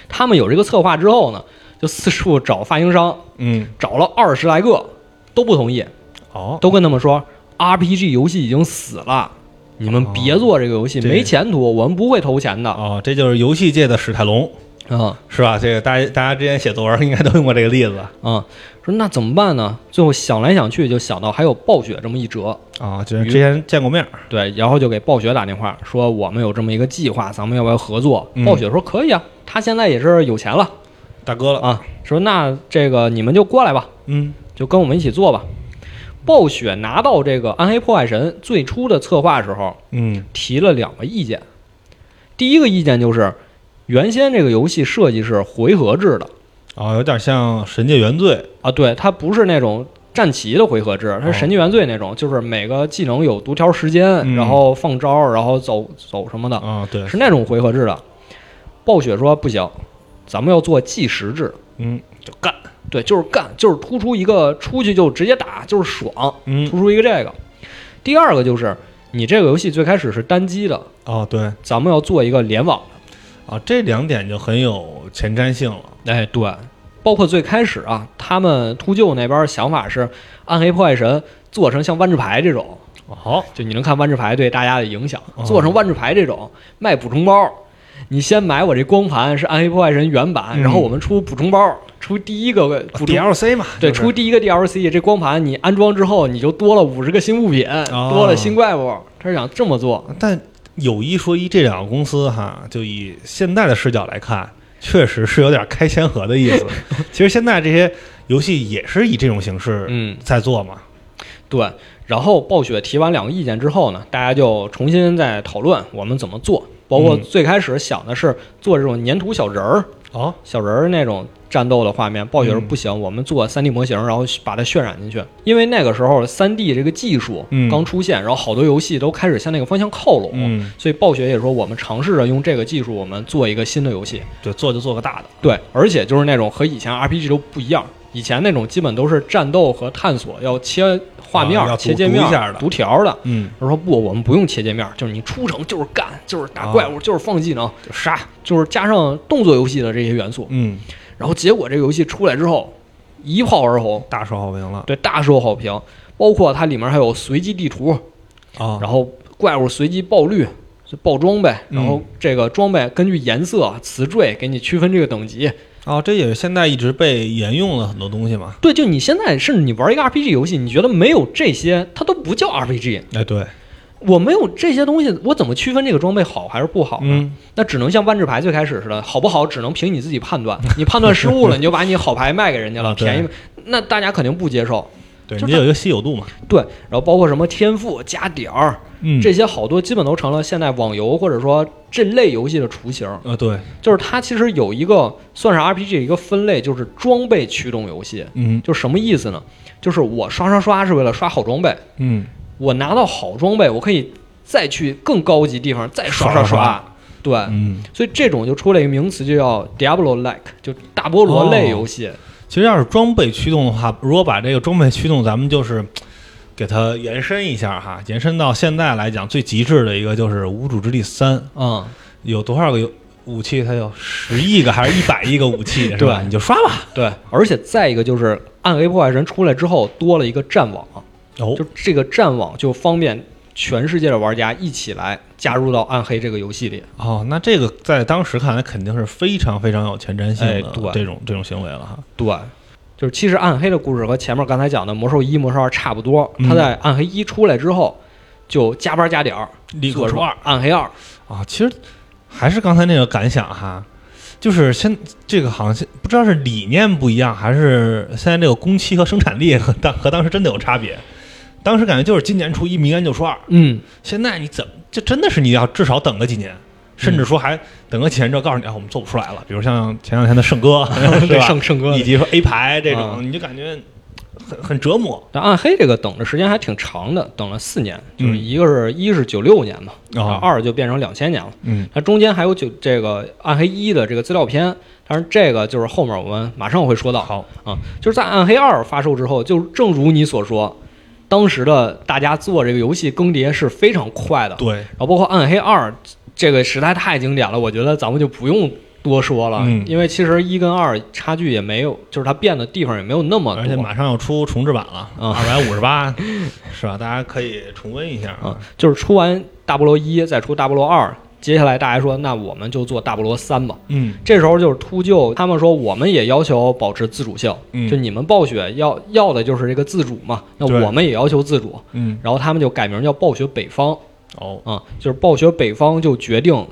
他们有这个策划之后呢，就四处找发行商，
嗯，
找了二十来个，都不同意，
哦，
都跟他们说 RPG 游戏已经死了，你们别做这个游戏，
哦对
没前途，我们不会投钱的。
哦，这就是游戏界的史泰龙，
嗯
是吧？这个大家大家之前写作文应该都用过这个例子
嗯，说那怎么办呢？最后想来想去，就想到还有暴雪这么一折，
啊，就是之前见过面，
对，然后就给暴雪打电话说我们有这么一个计划，咱们要不要合作
嗯？
暴雪说可以啊，他现在也是有钱了
大哥了，
啊，说那这个你们就过来吧，
嗯，
就跟我们一起做吧。暴雪拿到这个《暗黑破坏神》最初的策划时候，
嗯，
提了两个意见。第一个意见就是，原先这个游戏设计是回合制的
哦，有点像《神界原罪》
啊，对，它不是那种战旗的回合制，它是神经元罪那种，就是每个技能有读条时间，
嗯
然后放招，然后走走什么的。
啊，对，
是那种回合制的。暴雪说不行，咱们要做计时制，
嗯，就干，
对，就是干，就是突出一个出去就直接打，就是爽，
嗯，
突出一个这个。第二个就是你这个游戏最开始是单机的，
哦，对，
咱们要做一个联网
啊，这两点就很有前瞻性了，
的。哎，对，包括最开始啊，他们秃鹫那边想法是《暗黑破坏神》做成像万智牌这种，
好，
就你能看万智牌对大家的影响
哦，
做成万智牌这种卖补充包，你先买我这光盘是《暗黑破坏神》原版，
嗯
然后我们出补充包，出第一个
哦
补充。
DLC 嘛，
对，
就是
出第一个 DLC，这光盘你安装之后，你就多了五十个新物品，
哦
多了新怪物。他是想这么做，
啊但有一说一，这两个公司哈，就以现在的视角来看，确实是有点开先河的意 思。其实现在这些游戏也是以这种形式
嗯，
在做嘛。
对。然后暴雪提完两个意见之后呢，大家就重新再讨论我们怎么做，包括
嗯
最开始想的是做这种粘土小人儿，
哦，
小人儿那种战斗的画面，暴雪说
嗯
不行，我们做3 D 模型，然后把它渲染进去。因为那个时候3 D 这个技术
嗯
刚出现，然后好多游戏都开始向那个方向靠拢，
嗯，
所以暴雪也说我们尝试着用这个技术，我们做一个新的游戏。
对，做就做个大的。
对，而且就是那种和以前 RPG 都不一样，以前那种基本都是战斗和探索要切画面、
啊要读
切界面
读一下的、
读条的。
嗯，
他说不，我们不用切界面，就是你出城就是干，就是
啊
打怪物，就是放技能，
就杀。
就是加上动作游戏的这些元素。
嗯，
然后结果这个游戏出来之后，一炮而红，
大受好评了。
对大受好评。包括它里面还有随机地图，
啊
然后怪物随机爆率、就爆装备，
嗯
然后这个装备根据颜色、词缀给你区分这个等级。
哦，这也是现在一直被沿用了很多东西嘛。
对，就你现在甚至你玩一个 RPG 游戏，你觉得没有这些，它都不叫 RPG。
哎，对，
我没有这些东西，我怎么区分这个装备好还是不好呢？
嗯，
那只能像万智牌最开始似的，好不好只能凭你自己判断。你判断失误了，你就把你好牌卖给人家了，
啊对
便宜。那大家肯定不接受。
对
就
你
它
有一个稀有度嘛，
对，然后包括什么天赋、加点儿
嗯
这些，好多基本都成了现在网游或者说这类游戏的雏形。
啊对，
就是它其实有一个算是 RPG 的一个分类，就是装备驱动游戏。
嗯
就什么意思呢？就是我刷刷刷是为了刷好装备，
嗯，
我拿到好装备，我可以再去更高级地方再刷刷
刷刷刷
对，
嗯，
所以这种就出了一个名词，就叫 Diablo-like，就大菠萝类游戏。
其实要是装备驱动的话，如果把这个装备驱动，咱们就是给它延伸一下哈，延伸到现在来讲最极致的一个就是《无主之地三》，
嗯，
有多少个有武器？它有十亿个还是一百亿个 武器？是吧？
对
你就刷吧。
对。而且再一个就是《暗黑破坏神》出来之后，多了一个战网，
哦
就这个战网就方便全世界的玩家一起来加入到暗黑这个游戏里。
哦，那这个在当时看来肯定是非常非常有前瞻性
哎
的
对
这种这种行为了哈。
对，就是其实暗黑的故事和前面刚才讲的魔兽一、魔兽二差不多。
嗯
它在暗黑一出来之后，就加班加点儿，
立刻
说
说
是暗黑二，
啊，其实还是刚才那个感想哈，就是现这个好像是不知道是理念不一样，还是现在这个工期和生产力和当和当时真的有差别。当时感觉就是今年初一，明年就初二，
嗯，
现在你怎么这真的是你要至少等个几年，甚至说还等个几年之后告诉你，啊，我们做不出来了。比如像前两天的圣歌，是
对，
吧？
圣圣歌
以。及说 A 牌这
啊
种，你就感觉很很折磨
但暗黑这个等的时间还挺长的，等了四年，就是
嗯
一个是一是九六年嘛，然后
啊。
二就变成两千年了。
嗯，
它中间还有九这个暗黑一的这个资料片，但是这个就是后面我们马上会说到。
好，
啊，就是在暗黑二发售之后，就正如你所说，当时的大家做这个游戏更迭是非常快的，
对，
然后啊包括《暗黑二》这个实在太经典了，我觉得咱们就不用多说了，
嗯
因为其实一跟二差距也没有，就是它变的地方也没有那么
而且
多。
马上要出重制版了，
啊
二百五十八，是吧？大家可以重温一下
啊，就是出完大菠萝一，再出大菠萝二，接下来大家说，那我们就做大菠萝三吧。
嗯
这时候就是秃鹫，他们说我们也要求保持自主性，
嗯
就你们暴雪要要的就是这个自主嘛，那
对
我们也要求自主。
嗯，
然后他们就改名叫暴雪北方
哦，
啊，就是暴雪北方就决定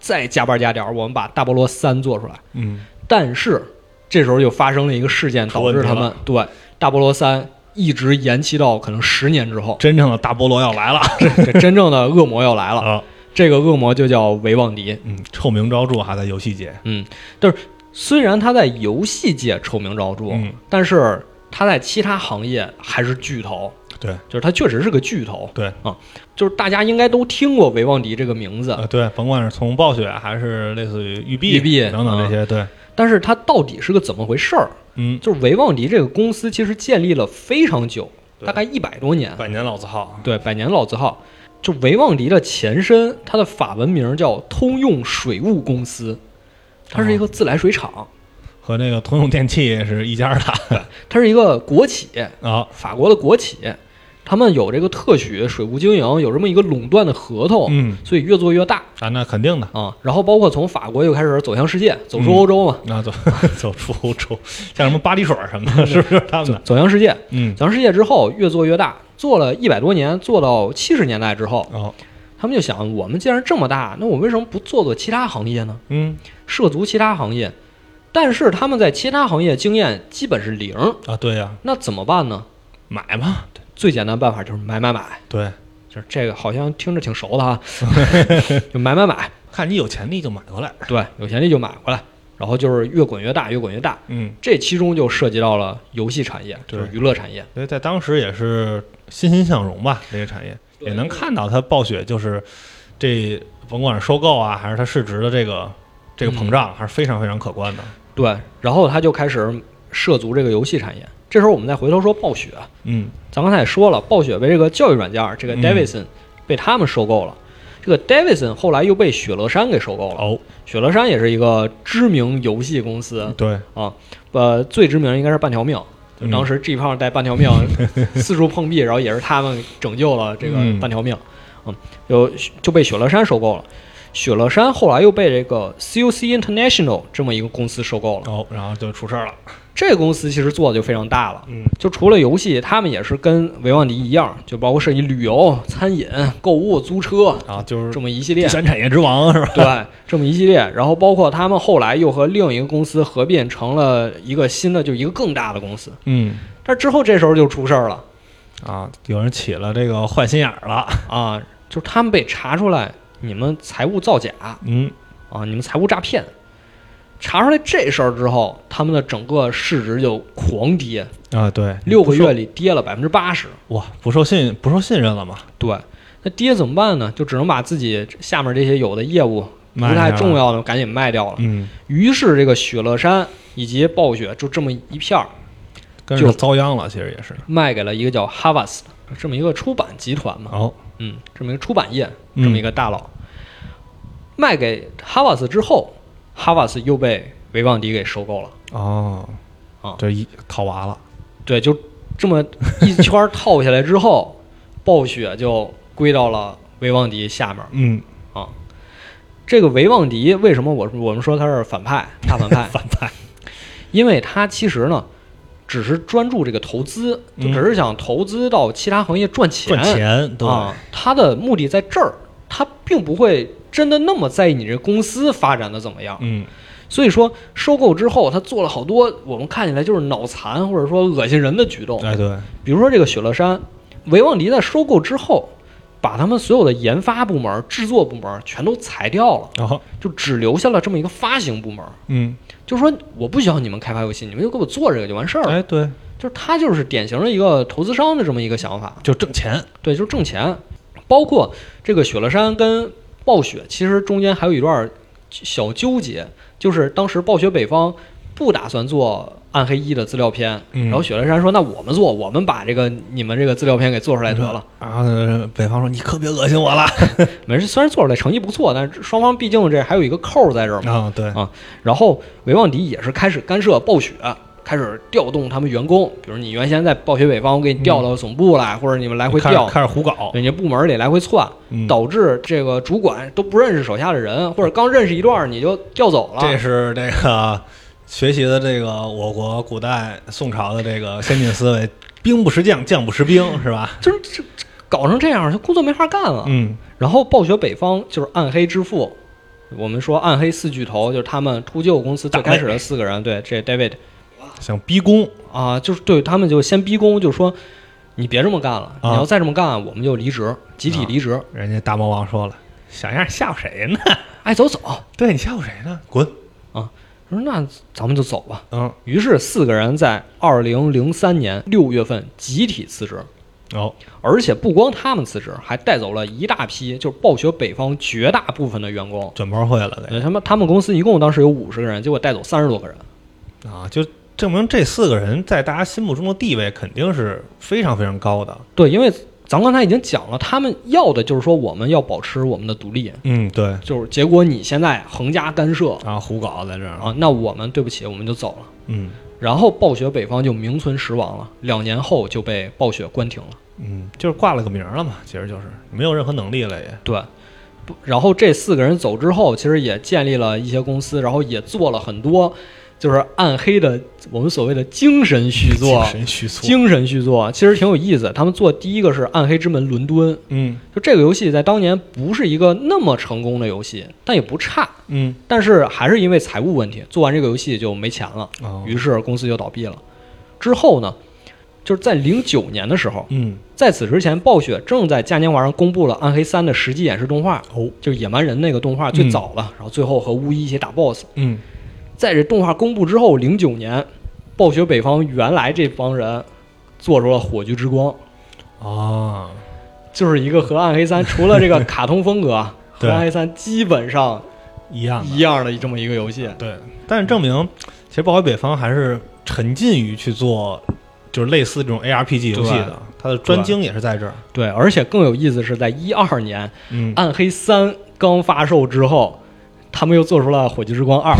再加班加点儿，我们把大菠萝三做出来。
嗯，
但是这时候就发生了一个事件，
出
导
问题，
致他们对大菠萝三一直延期到可能十年之后
真正的大菠萝要来了
这真正的恶魔要来了。
啊，
这个恶魔就叫维旺迪。
嗯，臭名昭著哈，在游戏界，
嗯，但是虽然他在游戏界臭名昭著，
嗯，
但是他在其他行业还是巨头。
对，
就是他确实是个巨头。
对
啊，就是大家应该都听过维旺迪这个名字，
呃，对，甭管是从暴雪还是类似于育碧、啊
育碧
等等这些，对，
但是他到底是个怎么回事儿？
嗯，
就是维旺迪这个公司其实建立了非常久，
对
大概一百多年。
百年老字号，啊
对，百年老字号。就维旺迪的前身，它的法文名叫通用水务公司，它是一个自来水厂，
和那个通用电器是一家的
它是一个国企，
啊，
法国的国企，他们有这个特许水务经营，有这么一个垄断的合同，
嗯
所以越做越大
啊，那肯定的。
啊。然后包括从法国又开始走向世界，走出欧洲嘛，
那走走出欧洲，像什么巴黎水儿什么的，是不是他们的？
走向世界，
嗯，
走向世界之后越做越大，做了一百多年，做到七十年代之后，
哦，
他们就想，我们既然这么大，那我为什么不做做其他行业呢？
嗯
涉足其他行业，但是他们在其他行业经验基本是零，
啊，对呀，
那怎么办呢？
买吧，
最简单办法就是买买买，
对，
就是这个好像听着挺熟的哈，就买买买，
看你有潜力就买过来。
对，有潜力就买回来，然后就是越滚越大，越滚越大。
嗯，
这其中就涉及到了游戏产业，就是娱乐产业，
所以在当时也是欣欣向荣吧，这个产业
对
也能看到它暴雪就是这甭管是收购啊，还是它市值的这个这个膨胀，还是非常非常可观的。
对。然后他就开始涉足这个游戏产业。这时候我们再回头说暴雪，啊
嗯
咱刚才也说了，暴雪被这个教育软件儿这个
嗯
Davidson、被他们收购了，这个 Davidson 后来又被雪乐山给收购了。
哦，
雪乐山也是一个知名游戏公司，
对，
呃，最知名的应该是半条命。就
嗯
当时 G 胖带半 条命四处碰壁，然后也是他们拯救了这个
嗯
半条命，嗯，就就被雪乐山收购了。雪乐山后来又被这个 COC International 这么一个公司收购了。
哦，然后就出事儿了。
这个公司其实做的就非常大了，
嗯，
就除了游戏，他们也是跟维旺迪一样，就包括涉及旅游、餐饮、购物、租车
然后就是
这么一系
第
列，
三产业之王是吧？
对，这么一系列。然后包括他们后来又和另一个公司合并成了一个新的，就一个更大的公司。
嗯
但之后这时候就出事儿了
啊，有人起了这个坏心眼儿了。
啊，就是他们被查出来你们财务造假
嗯，
啊，你们财务诈骗。查出来这事儿之后，他们的整个市值就狂跌，
啊，对，
六个
不
月
受
里跌了百分之八十。
哇，不受信不受信任了嘛？
对，那跌怎么办呢？就只能把自己下面这些有的业务不
卖
太
掉
重
了。
要的赶紧卖掉了。
嗯，
于是这个雪乐山以及暴雪就这么一片儿
跟着
就
遭殃了，其实也是。
卖给了一个叫 Harvest 的这么一个出版集团嘛，
哦，
嗯，这么一个出版业这
嗯
么一个大佬，卖给 Harvest 之后，Harvest 又被维旺迪给收购了。
哦，
啊
这一套娃了。
对，就这么一圈儿套下来之 后，暴雪就归到了维旺迪下面。啊
嗯，
这个维旺迪为什么我我们说他是反 派大反派？
反派。
因为他其实呢，只是专注这个投资，就
嗯
只是想投资到其他行业赚钱。
赚钱，对，
啊，他的目的在这儿，他并不会真的那么在意你这公司发展的怎么样。
嗯，
所以说，收购之后，他做了好多我们看起来就是脑残或者说恶心人的举动。
哎，对，
比如说这个雪乐山，维旺迪在收购之后，把他们所有的研发部门、制作部门全都裁掉了，
然后，
就只留下了这么一个发行部门。
嗯，
就说我不需要你们开发游戏，你们就给我做这个就完事儿了。
哎，对，
就是他就是典型的一个投资商的这么一个想法，
就挣钱，
对，就是挣钱。包括这个雪乐山跟暴雪，其实中间还有一段小纠结，就是当时暴雪北方不打算做《暗黑一》的资料片，
嗯
然后雪乐山说：“那我们做，我们把这个你们这个资料片给做出来得了。
然后呢北方说：“你可别恶心我了。
没事，虽然做出来成绩不错，但是双方毕竟这还有一个扣在这儿”嘛。
啊，对，
然后维旺迪也是开始干涉暴雪，开始调动他们员工，比如你原先在暴雪北方，我给你调到总部来，或者你们来回
开始
调，
开始胡搞，
人家部门里来回窜，
嗯
导致这个主管都不认识手下的人，或者刚认识一段儿你就调走了。
这
是这个学习的这个我国古代宋朝的这个先进思维，兵不识将，将不识兵，是吧？
就是这这搞成这样，就工作没法干了。
嗯，
然后暴雪北方就是暗黑之父，我们说暗黑四巨头就是他们秃鹫公司最
大卫
开始的四个人，对，这 David
想逼宫，
啊、就是对他们就先逼宫，就说你别这么干了，你
啊
要再这么干，我们就离职，集体
啊
离职。
人家大魔王说了，小样儿吓唬谁呢？
爱哎走走。
对你吓唬谁呢？滚！
我说那咱们就走吧。
嗯，
于是四个人在二零零三年六月份集体辞职，
哦，
而且不光他们辞职，还带走了一大批，就是暴雪北方绝大部分的员工。
转包会了
呃，他们他们公司一共当时有五十个人，结果带走三十多个人。
得啊，就证明这四个人在大家心目中的地位肯定是非常非常高的。
对，因为咱们刚才已经讲了，他们要的就是说我们要保持我们的独立，
嗯，对，
就是结果你现在横加干涉
然后胡搞在这儿，
啊，那我们对不起，我们就走了。
嗯
然后暴雪北方就名存实亡了，两年后就被暴雪关停了。
嗯，就是挂了个名儿了嘛，其实就是没有任何能力了也。
对，不然后这四个人走之后，其实也建立了一些公司，然后也做了很多就是暗黑的我们所谓的精神续作
精。神虚缩，
精神续作其实挺有意思，他们做第一个是《暗黑之门：伦敦》，
嗯
就这个游戏在当年不是一个那么成功的游戏，但也不差，
嗯，
但是还是因为财务问题，做完这个游戏就没钱了，
哦，
于是公司就倒闭了。之后呢，就是在零九年的时候，
嗯
在此之前，暴雪正在嘉年华上公布了《暗黑三》的实际演示动画，
哦，
就是野蛮人那个动画最早的，然后最后和巫医一起打 BOSS。
嗯，
在这动画公布之后，零九年，暴雪北方原来这帮人做出了《火炬之光》，
哦，
就是一个和《暗黑三》除了这个卡通风 格，和
对
《暗黑三》基本上
一样的，
一样的这么一个游戏。
对。但是证明，其实暴雪北方还是沉浸于去做，就是类似这种 ARPG 游戏的，它的专精也是在这儿。
对，而且更有意思是在一二年，《
嗯，
暗黑三》刚发售之后。他们又做出了《火炬之光二》，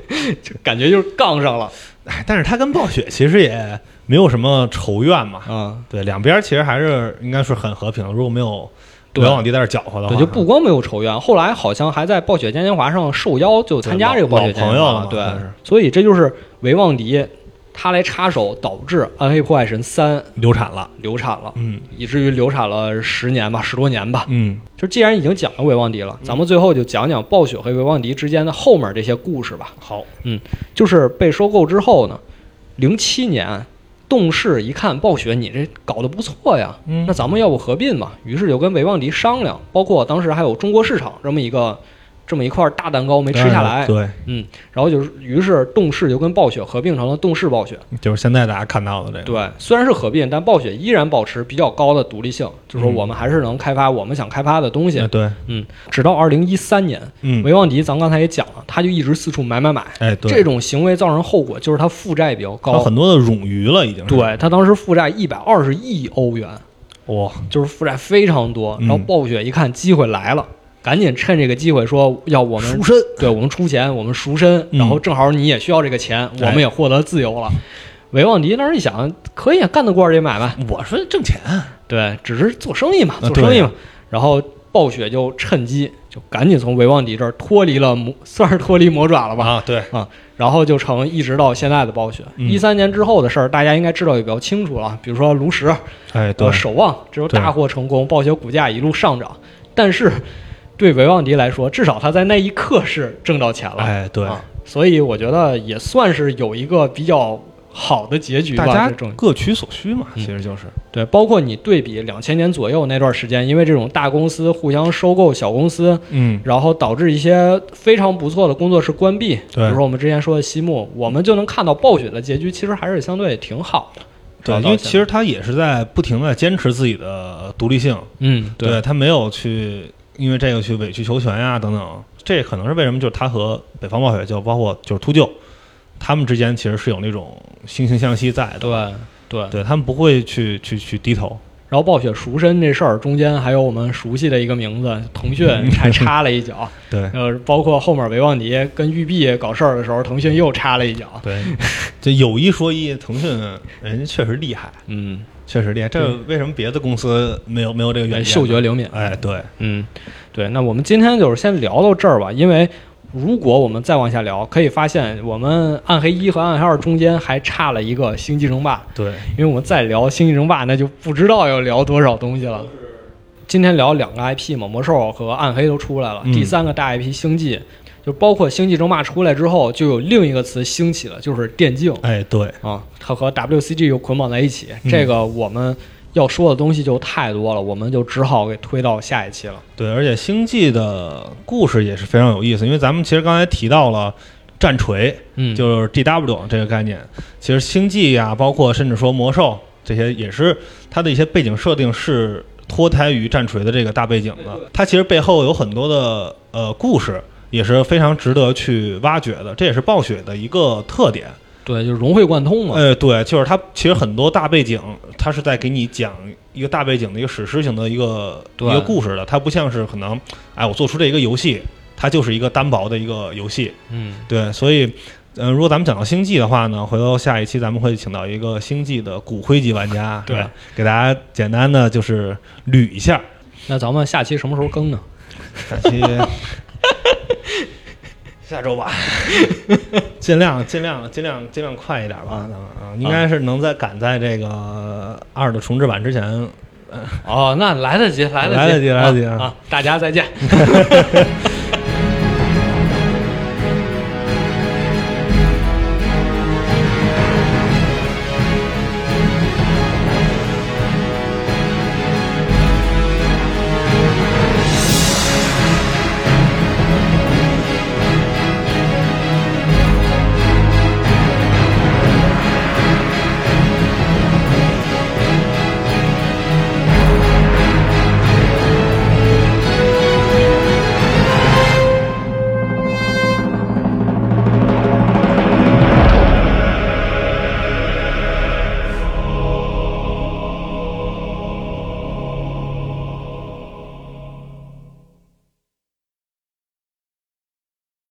就感觉就是杠上了
哎，但是它跟暴雪其实也没有什么仇怨嘛。
啊、
对，两边其实还是应该是很和平的，如果没有
对
老往地带搅和的话，
对，就不光没有仇怨，后来好像还在暴雪嘉年华上受邀就参加这个暴雪嘉年
对老
华
老朋友了
对
算是，
所以这就是维旺迪他来插手，导致《暗黑破坏神三》
流产了。
流产了，
嗯
以至于流产了十年吧，十多年吧。
嗯，
就既然已经讲了维旺迪了，咱们最后就讲讲暴雪和维旺迪之间的后面这些故事吧。
好，
就是被收购之后呢，零七年，动视一看暴雪你这搞得不错呀，
嗯
那咱们要不合并吧？于是就跟维旺迪商量，包括当时还有中国市场这么一个这么一块大蛋糕没吃下来，
对，
然后就是于是动视就跟暴雪合并成了动视暴雪。
就是现在大家看到的这个，
对，虽然是合并，但暴雪依然保持比较高的独立性，就是说我们还是能开发我们想开发的东西
哎。嗯对，
直到二零一三年，
嗯，
维旺迪咱刚才也讲了，他就一直四处买买买，
哎，对，
这种行为造成后果就是他负债比较
它
高。
很多的冗余了，已经是，
对他当时负债一百二十亿欧元，
哇，
就是负债非常多。
嗯
然后暴雪一看机会来了，赶紧趁这个机会说要我们
赎身，
对我们出钱，我们赎身，
嗯哎
然后正好你也需要这个钱，我们也获得自由了。维旺迪当时一想，可以啊干得过这买卖，
我说挣钱，
对，只是做生意嘛，
啊
做生意嘛。然后暴雪就趁机就赶紧从维旺迪这儿脱离了魔，算是脱离魔爪了吧？
啊，对，
然后就成一直到现在的暴雪。
嗯
一三年之后的事儿，大家应该知道也比较清楚了，比如说炉石，
哎，对
呃，，守望这都大获成功，暴雪股价一路上涨。但是对维旺迪来说，至少他在那一刻是挣到钱了，
哎，对，
啊，所以我觉得也算是有一个比较好的结局吧。
大家
这种
各取所需嘛，
嗯
其实就是，
对，包括你对比两千年左右那段时间，因为这种大公司互相收购小公司，
嗯，
然后导致一些非常不错的工作室关闭，比
对
如说我们之前说的西木，我们就能看到暴雪的结局其实还是相对挺好的。找
对，
到
因为
现
其实他也是在不停的坚持自己的独立性，
嗯，
对他没有去因为这个去委曲求全呀、等等，这可能是为什么就是他和北方暴雪就包括就是秃鹫，他们之间其实是有那种惺惺相惜在的，
对对，
对他们不会去去去低头，
然后暴雪赎身这事儿中间还有我们熟悉的一个名字，腾讯还插了一脚，
对
呃，包括后面维旺迪跟育碧搞事儿的时候，腾讯又插了一脚。
对，这有一说一，腾讯人家确实厉害，
嗯，
确实厉害，这为什么别的公司没有没有这个原因？
嗅觉，灵敏。
哎，对，
嗯，对。那我们今天就是先聊到这儿吧，因为如果我们再往下聊，可以发现我们《暗黑一》和《暗黑二》中间还差了一个《星际争霸》。
对，
因为我们再聊《星际争霸》，那就不知道要聊多少东西了。今天聊两个 IP 嘛，魔兽和暗黑都出来了，
嗯
第三个大 IP《星际》，就包括《星际争霸》出来之后，就有另一个词兴起了，就是电竞
哎，对，
啊，它和 WCG 又捆绑在一起。
嗯
这个我们要说的东西就太多了，我们就只好给推到下一期了。
对，而且星际的故事也是非常有意思，因为咱们其实刚才提到了战锤，
嗯，
就是 DW 这个概念，其实星际呀、包括甚至说魔兽这些，也是它的一些背景设定是脱胎于战锤的这个大背景的。它其实背后有很多的呃故事，也是非常值得去挖掘的。这也是暴雪的一个特点。
对，就是融会贯通嘛。
呃，对，就是它其实很多大背景，它是在给你讲一个大背景的一个史诗型的一个一
对
个故事的，它不像是可能，哎，我做出这一个游戏，它就是一个单薄的一个游戏。
嗯，
对，所以，嗯、如果咱们讲到星际的话呢，回头下一期咱们会请到一个星际的骨灰级玩家，
对
是吧，给大家简单的就是捋一下。
那咱们下期什么时候更呢？
下期 下周吧， 尽量尽量尽量尽量快一点吧，咱们啊，应该是能在赶在这个二的重置版之前。
哦，那来得及，来得及，
来得及来得 及
啊啊！大家再见。